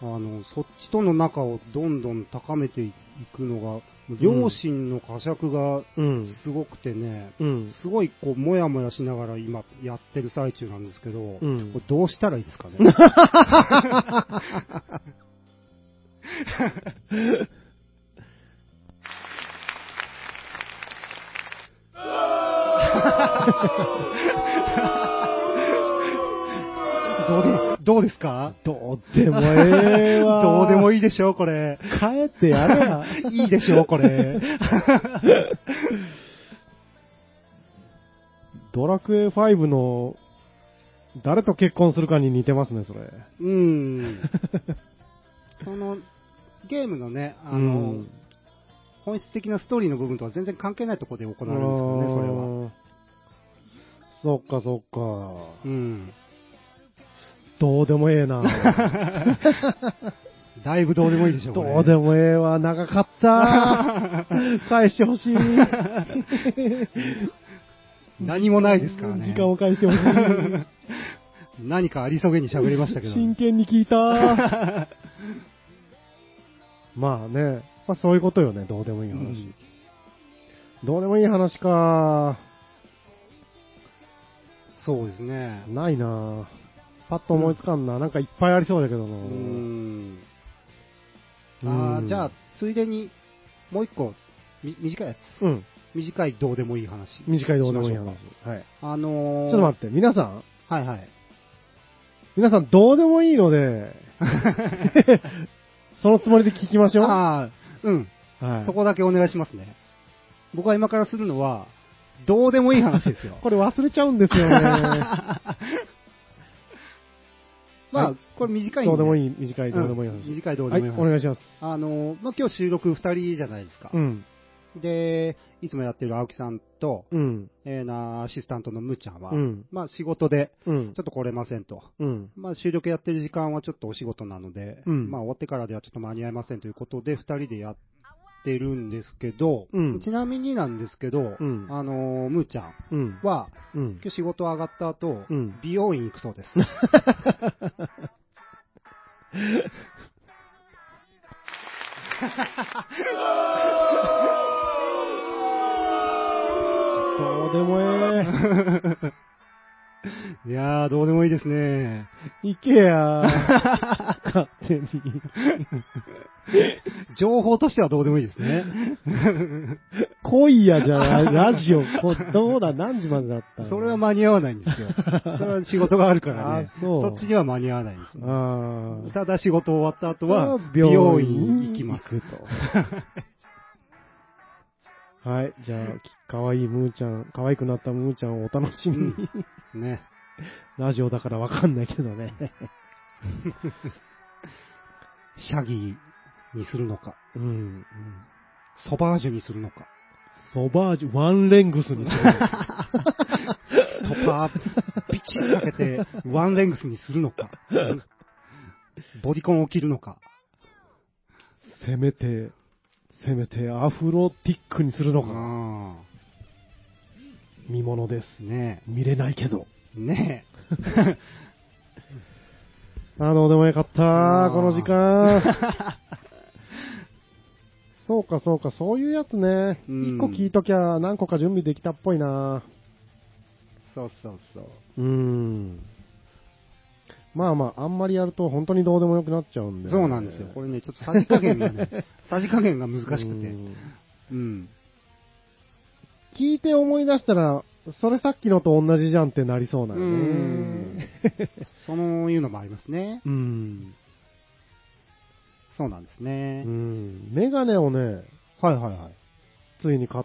B: あのそっちとの仲をどんどん高めていくのが、両親の呵責が
A: うん
B: すごくてね、
A: うん
B: すごいこう、もやもやしながら今やってる最中なんですけど、
A: うん
B: これどうしたらいいですかねどうでどうですか
A: どうでもええわ
B: どうでも
A: いい
B: いいでしょう、これ。
A: 帰ってやれや
B: いいでしょう、これ。
A: ドラクエ5の誰と結婚するかに似てますねそ れ
B: うん。その、ゲームのね、あの、
A: うん
B: 本質的なストーリーの部分とは全然関係ないところで行われるんですよね、それは。
A: それは。そっかそっか。
B: うん。
A: どうでもええな。
B: だいぶ どうでもいいでしょこれ
A: どうでもええわ、長か った。返してほしい。
B: 何もないですからね
A: 時。間を返してほしい。
B: 何かありそげに喋りましたけど。
A: 真剣に聞い た。まあね、まあそういうことよね、どうでもいい話。
B: うん
A: どうでもいい話か。
B: そうですね。
A: ないなぁ。パッと思いつかんな、なんかいっぱいありそうだけどな
B: う
A: ぁ
B: ん。あ
A: う
B: ー
A: ん
B: じゃあ、ついでに、もう一個、み短いやつ。
A: うん。
B: 短いどうでもいい話。
A: 短いどうでもいい話
B: しましょう。
A: はい。
B: か。あ
A: ちょ
B: のー、
A: っと待って、皆さん、
B: て。は いはい。
A: 皆さんどうでもいいの で、そのつもりで聞きましょう。は
B: ああ、うん。
A: い、。
B: そこだけお願いしますね。僕は今からするのは、どうでもいい話ですよ
A: これ忘れちゃうんです よね。
B: まあ、
A: はい
B: これ短いん
A: どうでもい
B: い。
A: い、短いどうでもいい話。
B: うん短いどうでもいい
A: は
B: 話
A: い、お願いします。
B: あのー、まあ今日収録二人じゃないですか
A: う。ん。
B: で、いつもやってる青木さんと、
A: うん。
B: えーな、アシスタントのむーちゃんは、
A: うん。
B: まあ仕事で、
A: うん
B: ちょ。っと来れませんと。
A: うん。
B: まあ収録やってる時間はちょっとお仕事なので、
A: うん
B: まあ終わってからではちょっと間に合いませんということで、二人でやってるんですけど、
A: うん
B: ちなみになんですけど、
A: うん
B: あのー、むーちゃん
A: うん。
B: は、
A: うん。
B: 今日仕事上がった後、
A: うん
B: 美容院行くそう です。
A: どうでもえ
B: いやー、どうでもいいですね。
A: え。行け や勝手に。
B: 情報としてはどうでもいいですね。
A: 来いやじゃない。ラジオ、こどうだ、何時までだったの
B: それは間に合わないんです よ。それは仕事があるからね。
A: あそう
B: そっちには間に合わないんですね。
A: ああ。
B: ただ仕事終わった後は、美容院行きます。
A: 行くと。 はい。じゃあ、き可愛いムーちゃん、可愛くなったムーちゃんをお楽しみに。
B: ね。
A: ラジオだからわかんないけどね。
B: シャギーにするのか、
A: うん。
B: ソバージュにするのか、
A: ソバージュ、ワンレングスにする。
B: トッパー、ピチッと開けて、ワンレングスにするのか、ボディコンを切るのか、
A: せめて、せめてアフロティックにするのが
B: あ
A: 見ものです。
B: ーね
A: 見れないけど。
B: え、ね
A: あ、どうでもよかった
B: あー
A: この時 間。そうか、そうか、そういうやつね。
B: うん
A: 一個聞いときゃ何個か準備できたっぽいな
B: え。 そうそうそう。
A: うーん。まあまあ、あんまりやると本当にどうでもよくなっちゃうんで。
B: そうなんですよ。これね、ちょっとさじ加減がね、さじ加減が難しくて。
A: う
B: うんん。
A: 聞いて思い出したら、それさっきのと同じじゃんってなりそうな
B: うん
A: よ
B: ん
A: ね。。
B: そういうのもありますね。
A: うん。
B: そうなんです
A: う
B: ね。
A: ん。メガネをね、
B: はいはいはい。
A: ついに買っ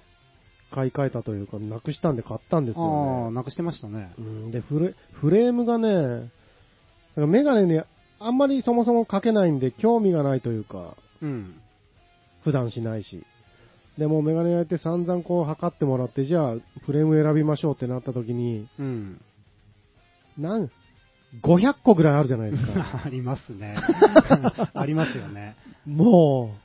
A: 買い替えたというか、なくしたんで買ったんです
B: ああ、
A: よね。
B: なくしてましたね
A: う。ん、でフレ、フレームがね、だからメガネにあんまりそもそもかけないんで、興味がないというか、
B: うん。
A: 普段しないし。でもうメガネ屋行って散々こう測ってもらって、じゃあフレーム選びましょうってなった時に、
B: うん。
A: なん、500個ぐらいあるじゃないですか。
B: ありますね。ありますよね。
A: も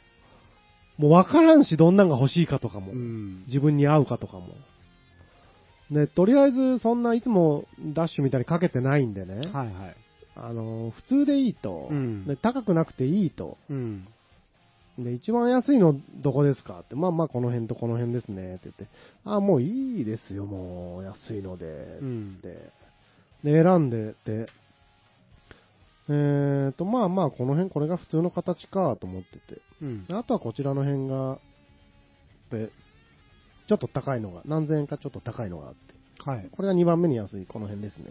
A: う、もうわからんし、どんなんが欲しいかとかも。
B: うん。
A: 自分に合うかとかも。で、とりあえず、そんないつもダッシュみたいにかけてないんでね。
B: はいはい。
A: あの、普通でいいと、
B: うん
A: で、高くなくていいと。
B: うん。
A: で、一番安いのどこですかって、まあまあこの辺とこの辺ですね、って言って。ああ、もういいですよ、もう、安いので、
B: う
A: つ
B: ん
A: っ。て。で、選んでて、えーと、まあまあこの辺これが普通の形かと思ってて。
B: うん。
A: あとはこちらの辺が、で、ちょっと高いのが、何千円かちょっと高いのがあって、
B: はい。
A: これが2番目に安い、この辺ですね。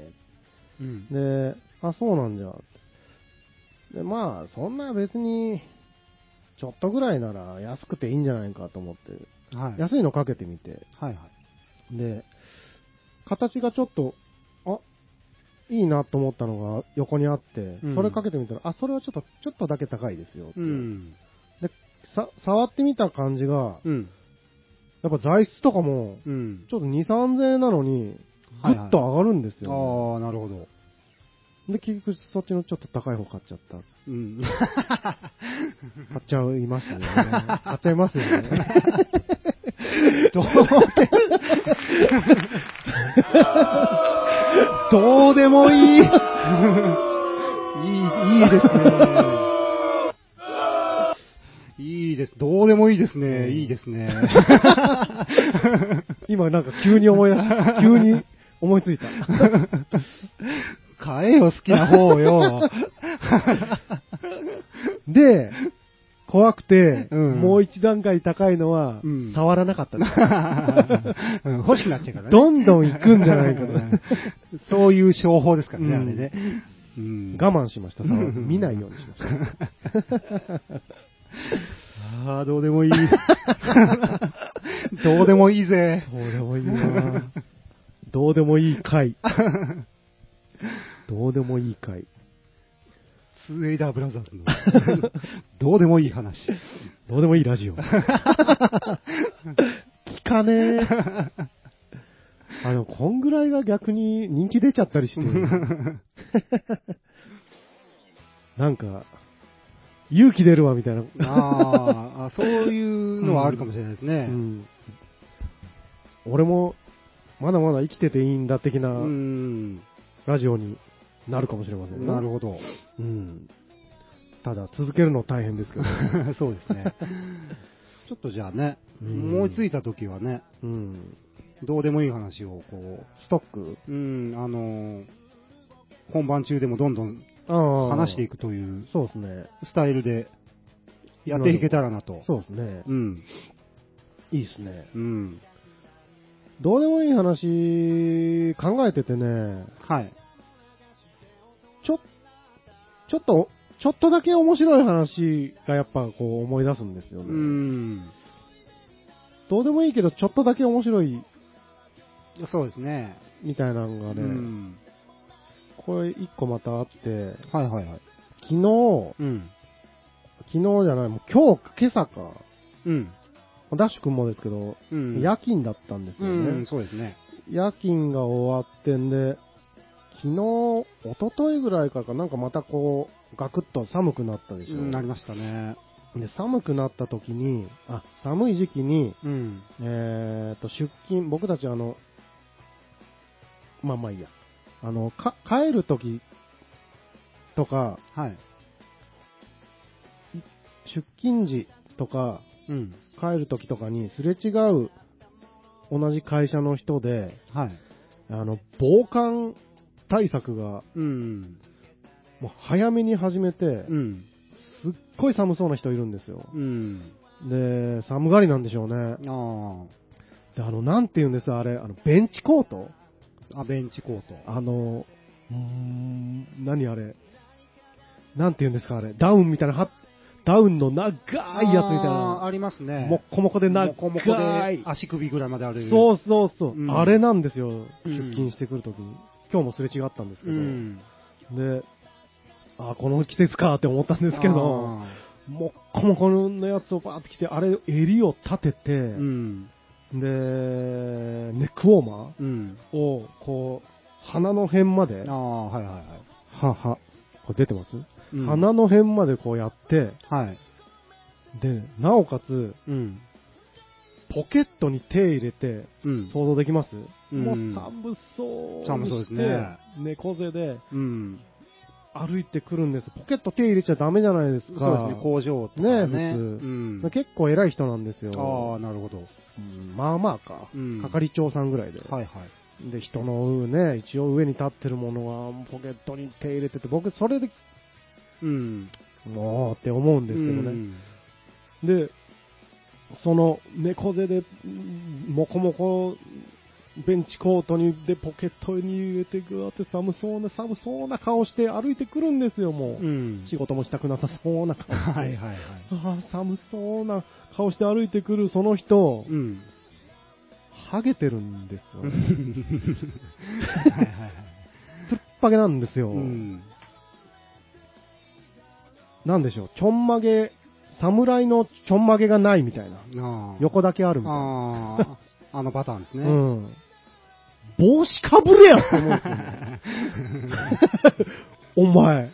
B: うん。
A: で、あ、そうなんじゃ。で、まあ、そんな別に、ちょっとぐらいなら安くていいんじゃないかと思って、
B: はい。
A: 安いのかけてみて、
B: はいはい。
A: で、形がちょっと、あ、いいなと思ったのが横にあって
B: う、ん
A: それかけてみたら、あ、それはちょっと、ちょっとだけ高いですよって、
B: うん。
A: さ、触ってみた感じが、
B: うん。
A: やっぱ材質とかも、
B: うん。
A: ちょっと2、3000円なのに、ぐ
B: はい
A: っと上がるんですよね、
B: ああ、なるほど。
A: で、結局そっちのちょっと高い方買っちゃった。
B: うん。
A: 買っちゃいます よね。買っちゃいますよね。
B: どうで、どうでもいい。いい、いいですね。いいです。どうでもいいですね。いいですね。
A: 今なんか急に思い出した。急に思いついた。
B: 買えよ、好きな方 をよ。
A: で、怖くて、
B: うん
A: もう一段階高いのは、
B: うん
A: 触らなかったです。
B: うん欲しくなっちゃうからね。
A: どんどん行くんじゃないか と。
B: そういう商法ですからね、
A: うん
B: あれね。うん
A: 我慢しました。触る
B: うん
A: 見ないようにしました。
B: ああ、どうでもいい。どうでもいいぜ。
A: どうでもいいな どうでもいい 回。どうでもいい回。
B: ツーエイダーブラザーズの。 どうでもいい話。
A: どうでもいいラ ジオ。聞かねえ。あの、こんぐらいが逆に人気出ちゃったり して。なんか、勇気出るわ、みたい な。
B: あーあ、そういうのはあるかもしれないです
A: う
B: ね。
A: ん、俺も、まだまだ生きてていいんだ的
B: う。
A: なんラジオになるかもしれませんね。
B: なるほど。
A: うん。ただ、続けるの大変です けど。
B: そうです ね。ちょっとじゃあね、
A: うん
B: 思いついた時はね、
A: うん。
B: どうでもいい話をこ
A: ストック
B: う、うん、あのー本番中でもどんどん
A: あ
B: 話してい
A: く。
B: くという
A: そうですね。
B: スタイルでやっていけたらなと。
A: そうですね。
B: うん。
A: いいですね。
B: うん。
A: どうでもいい話、考えててね、
B: はい。
A: ちょ、ちょっと、ちょっとだけ面白い話がやっぱこう思い出すんですよ
B: う
A: ね。
B: ん。
A: どうでもいいけど、ちょっとだけ面白い
B: そうですね。
A: みたいなのが
B: う
A: ね、
B: ん。
A: これ一個またあって、
B: はいはいはい。
A: 昨日、
B: うん。
A: 昨日じゃない、もう今日か、今朝か、
B: うん。
A: ダッシュ君もですけど、
B: うん。
A: 夜勤だったんです
B: う
A: よね。
B: ん、そうですね。
A: 夜勤が終わってんで、昨日、一昨日ぐらいからかなんかまたこう、ガクッと寒くなったでしょ。
B: うんなりましたね。
A: で寒くなった時に、あ、寒い時期に、
B: うん。
A: えー、と、出勤、僕たちあの、まあまあいいや。あの、か、帰る時とか、
B: はい。
A: 出勤時とか、
B: うん。
A: 帰る時とかにすれ違う同じ会社の人で、
B: はい。
A: あの、防寒対策が
B: うん。
A: もう早めに始めて
B: う、ん。
A: すっごい寒そうな人いるんですよ。
B: うん。
A: で、寒がりなんでしょうね。
B: あ
A: で、あの、なんて言うんですあれ、あの、ベンチコート
B: あ。あ、ベンチコート。
A: あの、うーん、何あれ。なんて言うんですかあれ。ダウンみたいな、はダウンの長いやつみたい
B: あー
A: な。
B: ありますね。
A: もっこもこで長い。
B: もこもこで足首ぐらいまである。
A: そうそうそう。
B: うん
A: あれなんですよ。
B: う
A: 出
B: ん
A: 勤してくるときに。今日もすれ違ったんですけ
B: う
A: ど。
B: ん。
A: で、あー、この季節かって思ったんですけど。
B: あ
A: もっこもこのやつをバーって着て、あれ、襟を立てて、
B: ー。うん。
A: で、ネックウォーマ
B: うん。
A: ーを、こう、鼻の辺まで、
B: あ
A: は
B: あ、はいはいは
A: は、これ出てます、
B: い。うん
A: 鼻の辺までこうやって、
B: はい。
A: で、なおかつ、
B: うん。
A: ポケットに手入れて、
B: うん。
A: 想像できます、
B: うん
A: もう寒そうにして
B: 寒そうですね
A: 猫背で
B: うん。
A: 歩いてくるんです。ポケット手入れちゃダメじゃないですか。
B: そうですね、工場とか
A: ね
B: ね。
A: 普通
B: うん。
A: 結構偉い人なんです
B: あ
A: よ
B: あ、。なるほど。
A: うんまあまあか、
B: うん
A: 係長さんぐらいで。
B: はいはい。
A: で、人のね、一応上に立ってるものはポケットに手入れてて、僕それで、
B: うん。
A: もうって思うんですけどね。で、その猫背で、うんもこもこ、ベンチコートに、で、ポケットに入れて、ぐわって寒そうな、寒そうな顔して歩いてくるんですよ、も
B: う
A: う。
B: ん。
A: 仕事もしたくなさそうな顔。あ
B: はいはいはい。
A: あ、寒そうな顔して歩いてくるその人、
B: うん。
A: ハゲてるんですよ。
B: はい
A: つ
B: はいはい。
A: っぱげなんですよ。
B: うん。
A: なんでしょう、ちょんまげ、侍のちょんまげがないみたいな。
B: ああ。
A: 横だけあるみたいな。
B: ああ。あのパターンですね。
A: うん。帽子かぶれやって思うんですよね。 お前。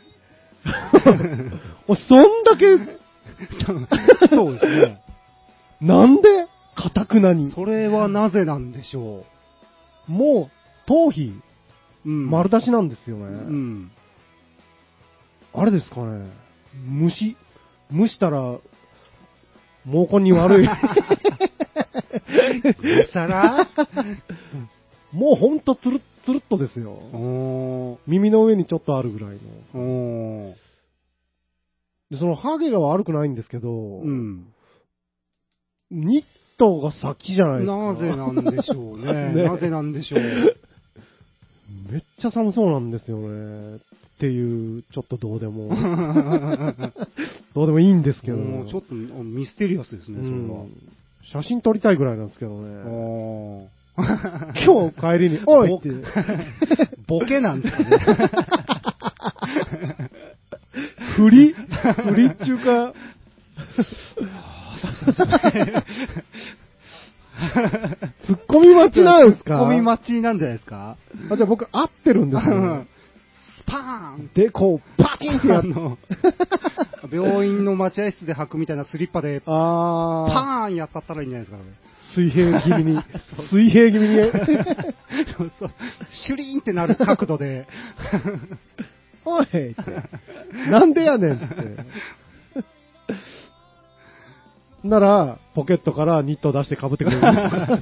A: おそんだけ、
B: そうですね。
A: なんで、かたくなに。
B: それはなぜなんでしょ
A: もう、頭皮、
B: う。うん
A: 丸出しなんですよね。
B: うん。
A: あれですかね。虫。蒸したら、毛根に 悪い。
B: さら
A: もうほんとつるっつるっとですよ。
B: おー
A: 耳の上にちょっとあるぐらいの。
B: おー
A: で、そのハゲが悪くないんですけど、
B: うん。
A: ニットが先じゃないですか。
B: なぜなんでしょう ね。
A: ね
B: なぜなんでしょう。
A: めっちゃ寒そうなんですよね。っていう、ちょっとどうで も、どうでもいいんですけど。
B: もうちょっとミステリアスですね、
A: う
B: それは。
A: ん写真撮りたいぐらいなんですけどね。
B: おー
A: 今日帰り に、おいって。
B: ボケなんです ね。
A: 振り振りっちゅう か、ツッコミ待ちなんですか
B: 込み待ちなんじゃないですか
A: あ、じゃあ僕合ってるんですよ、ね。
B: スパーン
A: で、こう、パチンってや
B: あ
A: る。
B: の、 病院の待合室で履くみたいなスリッパで、パ
A: あ
B: ーンやったったらいいんじゃないですか、ね、
A: ー、水平気味に、水平気味に、
B: そうそうシュリーンってなる角度で、
A: おいって。なんでやねんって。なら、ポケットからニット出して被ってくれる。 ああ、なる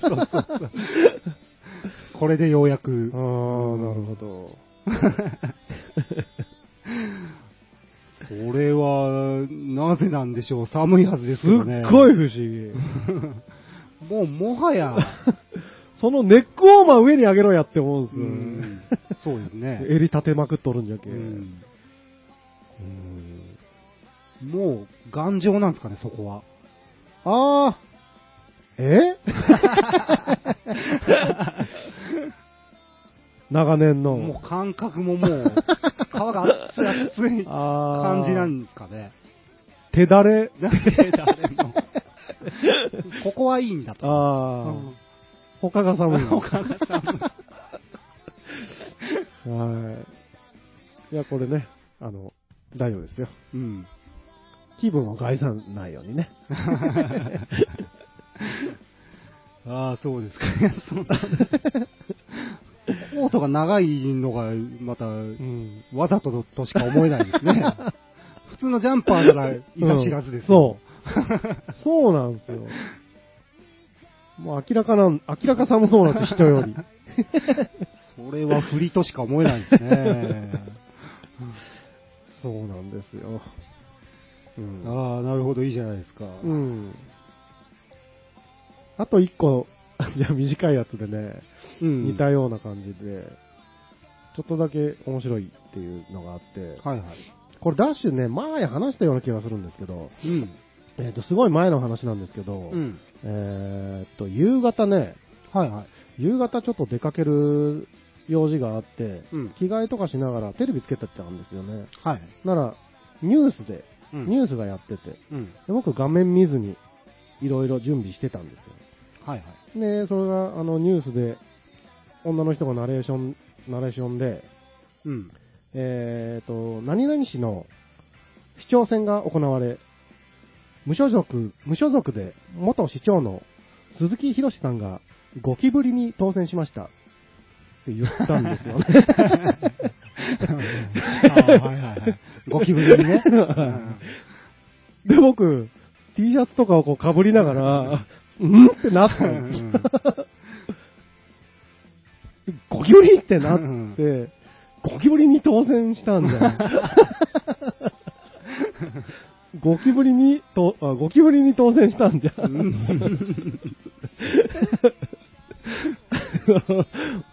B: これでようやく、
A: ほど。
B: それは、なぜなんでしょう、寒いはずです
A: す
B: よね。
A: っごい不思議。
B: もう、もはや、
A: そのネックウォーマー上に上げろやって思うんで
B: う
A: すよね
B: んそうですね。
A: 襟立てまくっとるんじゃけ。
B: うん
A: うん
B: もう、頑丈なんですかね、そこは。
A: あー、 え長年の。
B: もう感覚ももう、皮が熱い熱 い
A: 感
B: 感じなんですかね。
A: 手だれ。
B: なんで誰 も。ここはいいんだと。
A: ああ、
B: うん
A: 他が寒い。
B: 他が寒い
A: はい。いや、これね、あの、大丈夫ですよ。
B: うん。
A: 気分を害さないように ね。
B: ああ、そうですか。いやそんな コートが長いのが、また、
A: ん。
B: わざととしか思えないです ね。普通のジャンパーなら、いざ知らずですよ、
A: そう。そうなんですよ。もう明らかな、明らか寒そうなんです、人より。
B: それは振りとしか思えないですね。
A: そうなんですよ。うん。
B: ああ、なるほど、いいじゃないですか。
A: うん。あと一個、 じゃあ短いやつでね、
B: うん
A: 似たような感じで、ちょっとだけ面白いっていうのがあって、
B: はいはい。
A: これダッシュね、前話したような気がするんですけど、
B: うん。
A: えっ、と、すごい前の話なんですけど、
B: うん。
A: えっと、夕方ね、
B: はいはい。
A: 夕方ちょっと出かける用事があって、
B: うん。
A: 着替えとかしながらテレビつけてたんですよね。
B: はい。
A: なら、ニュースで、
B: うん
A: ニュースがやってて、で
B: うん。
A: 僕画面見ずに、いろいろ準備してたんですよ。
B: はいはい。
A: で、それが、あの、ニュースで、女の人がナレーション、ナレーションで、
B: うん。
A: えっ、と、何々市の市長選が行われ、無所属、無所属で元市長の鈴木博さんがゴキブリに当選しましたって言ったんですよね。
B: ああはいはいはい。ゴキブリに ね。 うん
A: で、僕、T シャツとかをこう被りながら、うんってなった
B: うん
A: です
B: ん
A: ゴキブリってなっ
B: うん
A: て、ゴキブリに当選したんだよ。ゴキブリにと、あゴキブリに当選したんじゃ。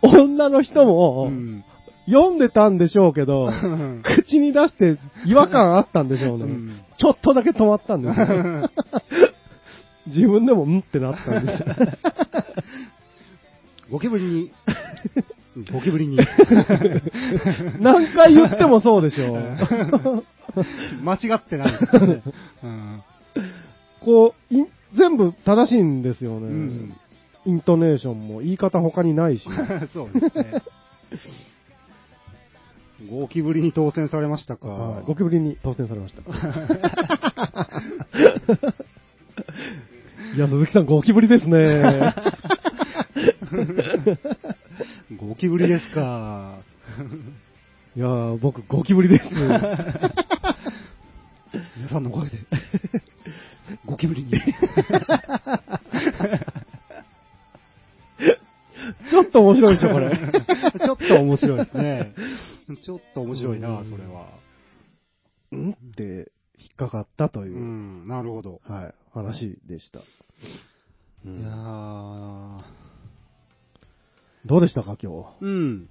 A: 女の人
B: う
A: も、
B: ん
A: 読んでたんでしょうけど、
B: うん
A: 口に出して違和感あったんでしょうね。
B: うん
A: ちょっとだけ止まったんですよ。 自分でもうんってなったんですよ。
B: ゴキブリ に。ゴキブリに。
A: 何回言ってもそうでしょう。
B: 間違ってないですね。うん
A: こう、い全部正しいんですよね。
B: うん
A: イントネーションも言い方他にないし。
B: そうですね。ゴキブリに当選されました
A: は
B: か
A: い。ゴキブリに当選されました。いや、鈴木さん、ゴキブリです ね。
B: ゴキブリですか。
A: いやー、僕、ゴキブ リです。
B: 皆さんのおかげで。 ゴキブリに。
A: ちょっとと面白いでしょ、これ。
B: ちょっと面白いですね。 ちょっと面白いな
A: う、ん
B: それは。
A: んって、引っかかったと
B: う
A: いう、
B: ん、なるほど。
A: はい、話でした。う
B: いや
A: ん、
B: ー
A: どうでしたか、今日。
B: うん。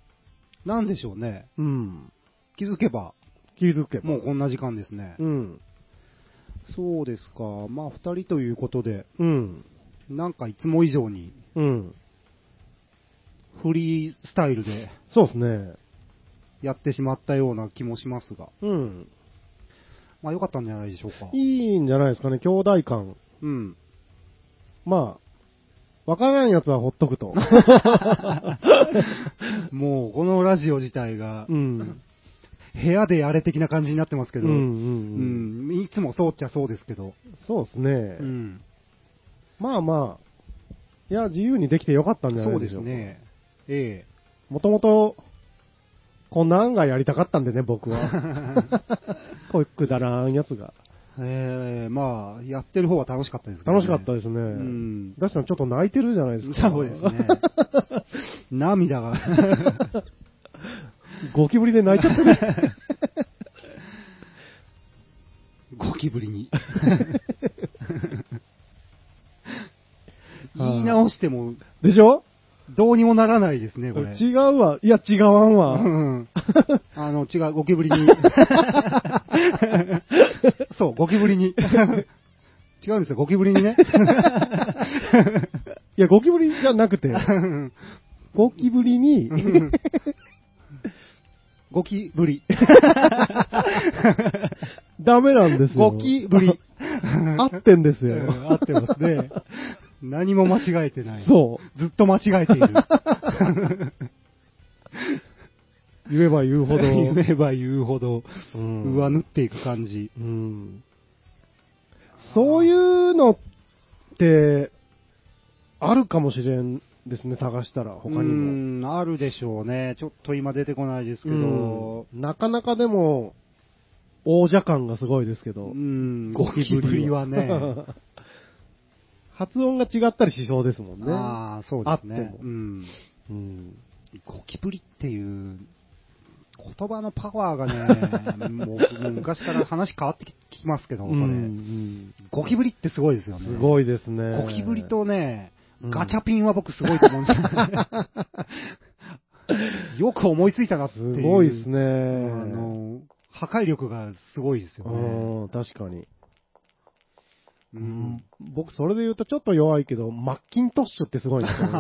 B: なんでしょうね。
A: うん。
B: 気づけば、
A: 気づけば。
B: もうこんな時間ですね。
A: うん。
B: そうですか。まあ、二人ということで、
A: うん。
B: なんかいつも以上に、
A: うん。
B: フリースタイルで
A: そうですね。
B: やってしまったような気もしますが、
A: うん。
B: まあ、良かったんじゃないでしょうか。
A: いいんじゃないですかね、兄弟感。
B: うん。
A: まあ、わからんやつはほっと くと。
B: もう、このラジオ自体が
A: う、ん。
B: 部屋でやれ的な感じになってますけ
A: うん
B: ど、
A: う
B: うん
A: うん。
B: ん、いつもそうっちゃそうですけど、
A: そうですね
B: う。ん、
A: まあまあ、いや、自由にできてよかったんじゃな
B: そう
A: いで
B: で
A: し
B: す
A: ょうか。
B: ね。え
A: もともと、こんな案がやりたかったんでね、僕は。こういうくだらんやつが。
B: え。 ええ、まあ、やってる方は楽しかったですけどね
A: 楽しかったですね。
B: うん。
A: ダッシュさんちょっと泣いてるじゃないですか。
B: そうです ね。涙が。
A: ゴキブリで泣いちゃって る。
B: ゴキブ リに。言い直しても、
A: でしょ
B: どうにもならないですね、これ。
A: 違うわ。いや、違わん
B: う
A: わ。
B: んあの、違う、ゴキブリ に。そう、ゴキブリに。違うんですよ、ゴキブリにね。
A: いや、ゴキブリじゃなくて、ゴキブリ に、
B: ゴキブリ。
A: ダメなんですよ。
B: ゴキブリ。
A: 合ってんです
B: う
A: よ。
B: ん合ってますね。何も間違えてない。。
A: そう
B: ずっと間違えている。
A: う。言えば言うほど。
B: 言えば言うほど、
A: うん
B: 上塗っていく感じ。
A: うんそういうのって、あるかもしれんですね、探したら、他に
B: う
A: も。
B: んあるでしょうね。ちょっと今出てこないですけど、
A: うんなかなかでも、王者感がすごいですけど
B: う、ん、ゴキブリはね、
A: 発音が違ったりしそうですもんね。
B: ああ、そうです
A: あっ
B: ね
A: て。も
B: うん。
A: うん
B: ゴキブリっていう言葉のパワ ーがね、もうもう昔から話変わってききますけど、こ
A: う
B: れ、
A: ん
B: ゴキブリってすごいですよね。
A: すごいですね。
B: ゴキブリとね、
A: うん
B: ガチャピンは僕すごいと思うんですよね。 よく思いついたなってい
A: す
B: う。
A: ごいですね。
B: あの、破壊力がすごいですよね。
A: うん、確かに。う
B: う
A: んん、僕、それで言うとちょっと弱いけど、マッキントッシュってすごいんです よね。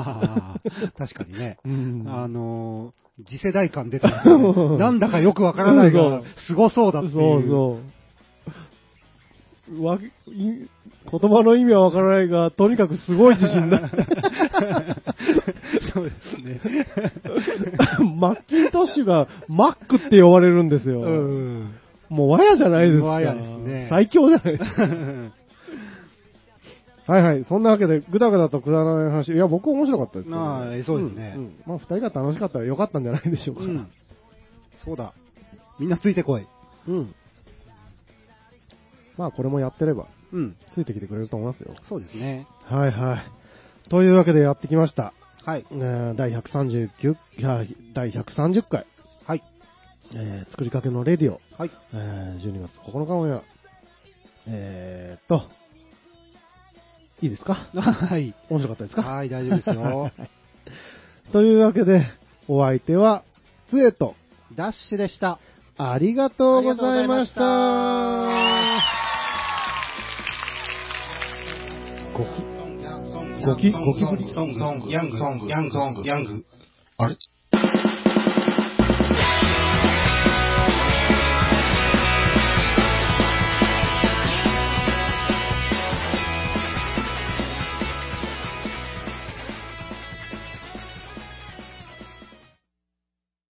B: 確かにね。
A: うん
B: あの、次世代感出 てますよねなんだかよくわからないが
A: そう、
B: すごそうだっていう。
A: そうそう。わい言葉の意味はわからないが、とにかくすごい自信 だ。
B: そうですね。
A: マッキントッシュがマックって呼ばれるんですよ。
B: うん。
A: もう和やじゃないですか。
B: 和やですね
A: 最強じゃないですか。 はいはい。そんなわけで、ぐだぐだとくだらない話。いや、僕面白かったですけど、
B: まあえそうですね
A: んんまあ、二人が楽しかったらよかったんじゃないでしょうか。
B: うんそうだ。みんなついてこい。
A: うん。まあ、これもやってれば、
B: うん。
A: ついてきてくれると思いますよ。
B: そうですね。
A: はいはい。というわけでやってきました。
B: はい。
A: えー第139、いや第130回、
B: はい。
A: えー作りかけのレディオ、
B: はい。
A: えー12月9日もや、えー、っと、いいですか
B: はい。
A: 面白かったですか
B: はい、大丈夫です よ。
A: というわけで、お相手は、つえと、
B: ダッシュでした。
A: ありがとうございました。ごき
D: ゴキ、ゴキブリソング、ヤング、ヤング、ヤング。あれ